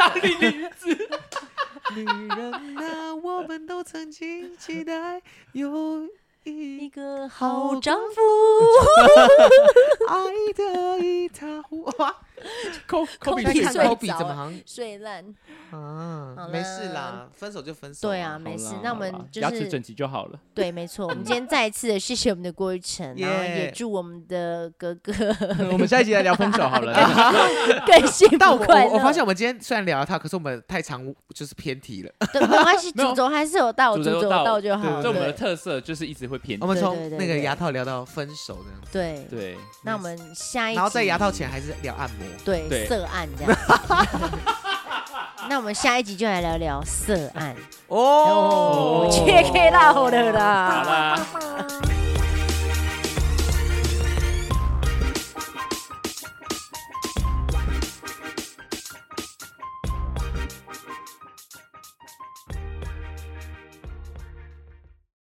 [SPEAKER 3] 你
[SPEAKER 1] 女人啊，我们都曾经期待有
[SPEAKER 2] 一
[SPEAKER 1] 一
[SPEAKER 2] 个
[SPEAKER 1] 好
[SPEAKER 2] 好
[SPEAKER 1] 丈
[SPEAKER 2] 丈夫，
[SPEAKER 1] 爱的一塌糊涂。哇
[SPEAKER 3] 抠抠
[SPEAKER 2] 抠
[SPEAKER 3] 鼻
[SPEAKER 2] 鼻
[SPEAKER 3] 涕
[SPEAKER 2] 看
[SPEAKER 1] 看
[SPEAKER 2] 睡
[SPEAKER 1] 抠鼻
[SPEAKER 2] 着
[SPEAKER 1] 怎么
[SPEAKER 2] 欸
[SPEAKER 1] 好像
[SPEAKER 2] 睡烂。好
[SPEAKER 1] 啊？没事
[SPEAKER 2] 啦
[SPEAKER 1] 啦，分手就分手。
[SPEAKER 2] 对啊，，没事
[SPEAKER 4] 啦。
[SPEAKER 2] 那我
[SPEAKER 4] 好
[SPEAKER 2] 们
[SPEAKER 3] 好啦
[SPEAKER 2] 就
[SPEAKER 3] 牙齿
[SPEAKER 2] 是
[SPEAKER 3] 整齐就好了。
[SPEAKER 2] 对，没错。我们今天再一次的谢谢我们的郭雨 辰，然后也
[SPEAKER 1] 耶
[SPEAKER 2] 祝我们的哥哥
[SPEAKER 4] 我们下一集来聊分手好 了。
[SPEAKER 2] 更幸
[SPEAKER 1] 但
[SPEAKER 2] 福
[SPEAKER 1] 我
[SPEAKER 2] 快乐。
[SPEAKER 1] 我我发现我们今天虽然聊了他，可是我们太长就是偏题了。
[SPEAKER 2] 对，没关系，
[SPEAKER 3] 没有
[SPEAKER 2] 主轴还是有到，主
[SPEAKER 3] 主
[SPEAKER 2] 轴
[SPEAKER 3] 轴
[SPEAKER 2] 有
[SPEAKER 3] 到
[SPEAKER 2] 到就好。
[SPEAKER 1] 对
[SPEAKER 3] 所以我们的
[SPEAKER 2] 对
[SPEAKER 3] 特色就是一直会偏
[SPEAKER 1] 我们
[SPEAKER 2] 对
[SPEAKER 1] 从
[SPEAKER 2] 对
[SPEAKER 1] 那个
[SPEAKER 2] 对
[SPEAKER 1] 牙套聊到分手这样子，
[SPEAKER 2] 对，
[SPEAKER 3] 对，
[SPEAKER 2] 那我们下一集，
[SPEAKER 1] 然后在牙套前还是聊按摩。
[SPEAKER 2] 对
[SPEAKER 3] 对
[SPEAKER 2] 色案这样子。 那我们下一集就来聊聊色案，
[SPEAKER 1] 哦
[SPEAKER 2] 哦，切 K 到的
[SPEAKER 3] 好
[SPEAKER 2] 啦。
[SPEAKER 3] 啦。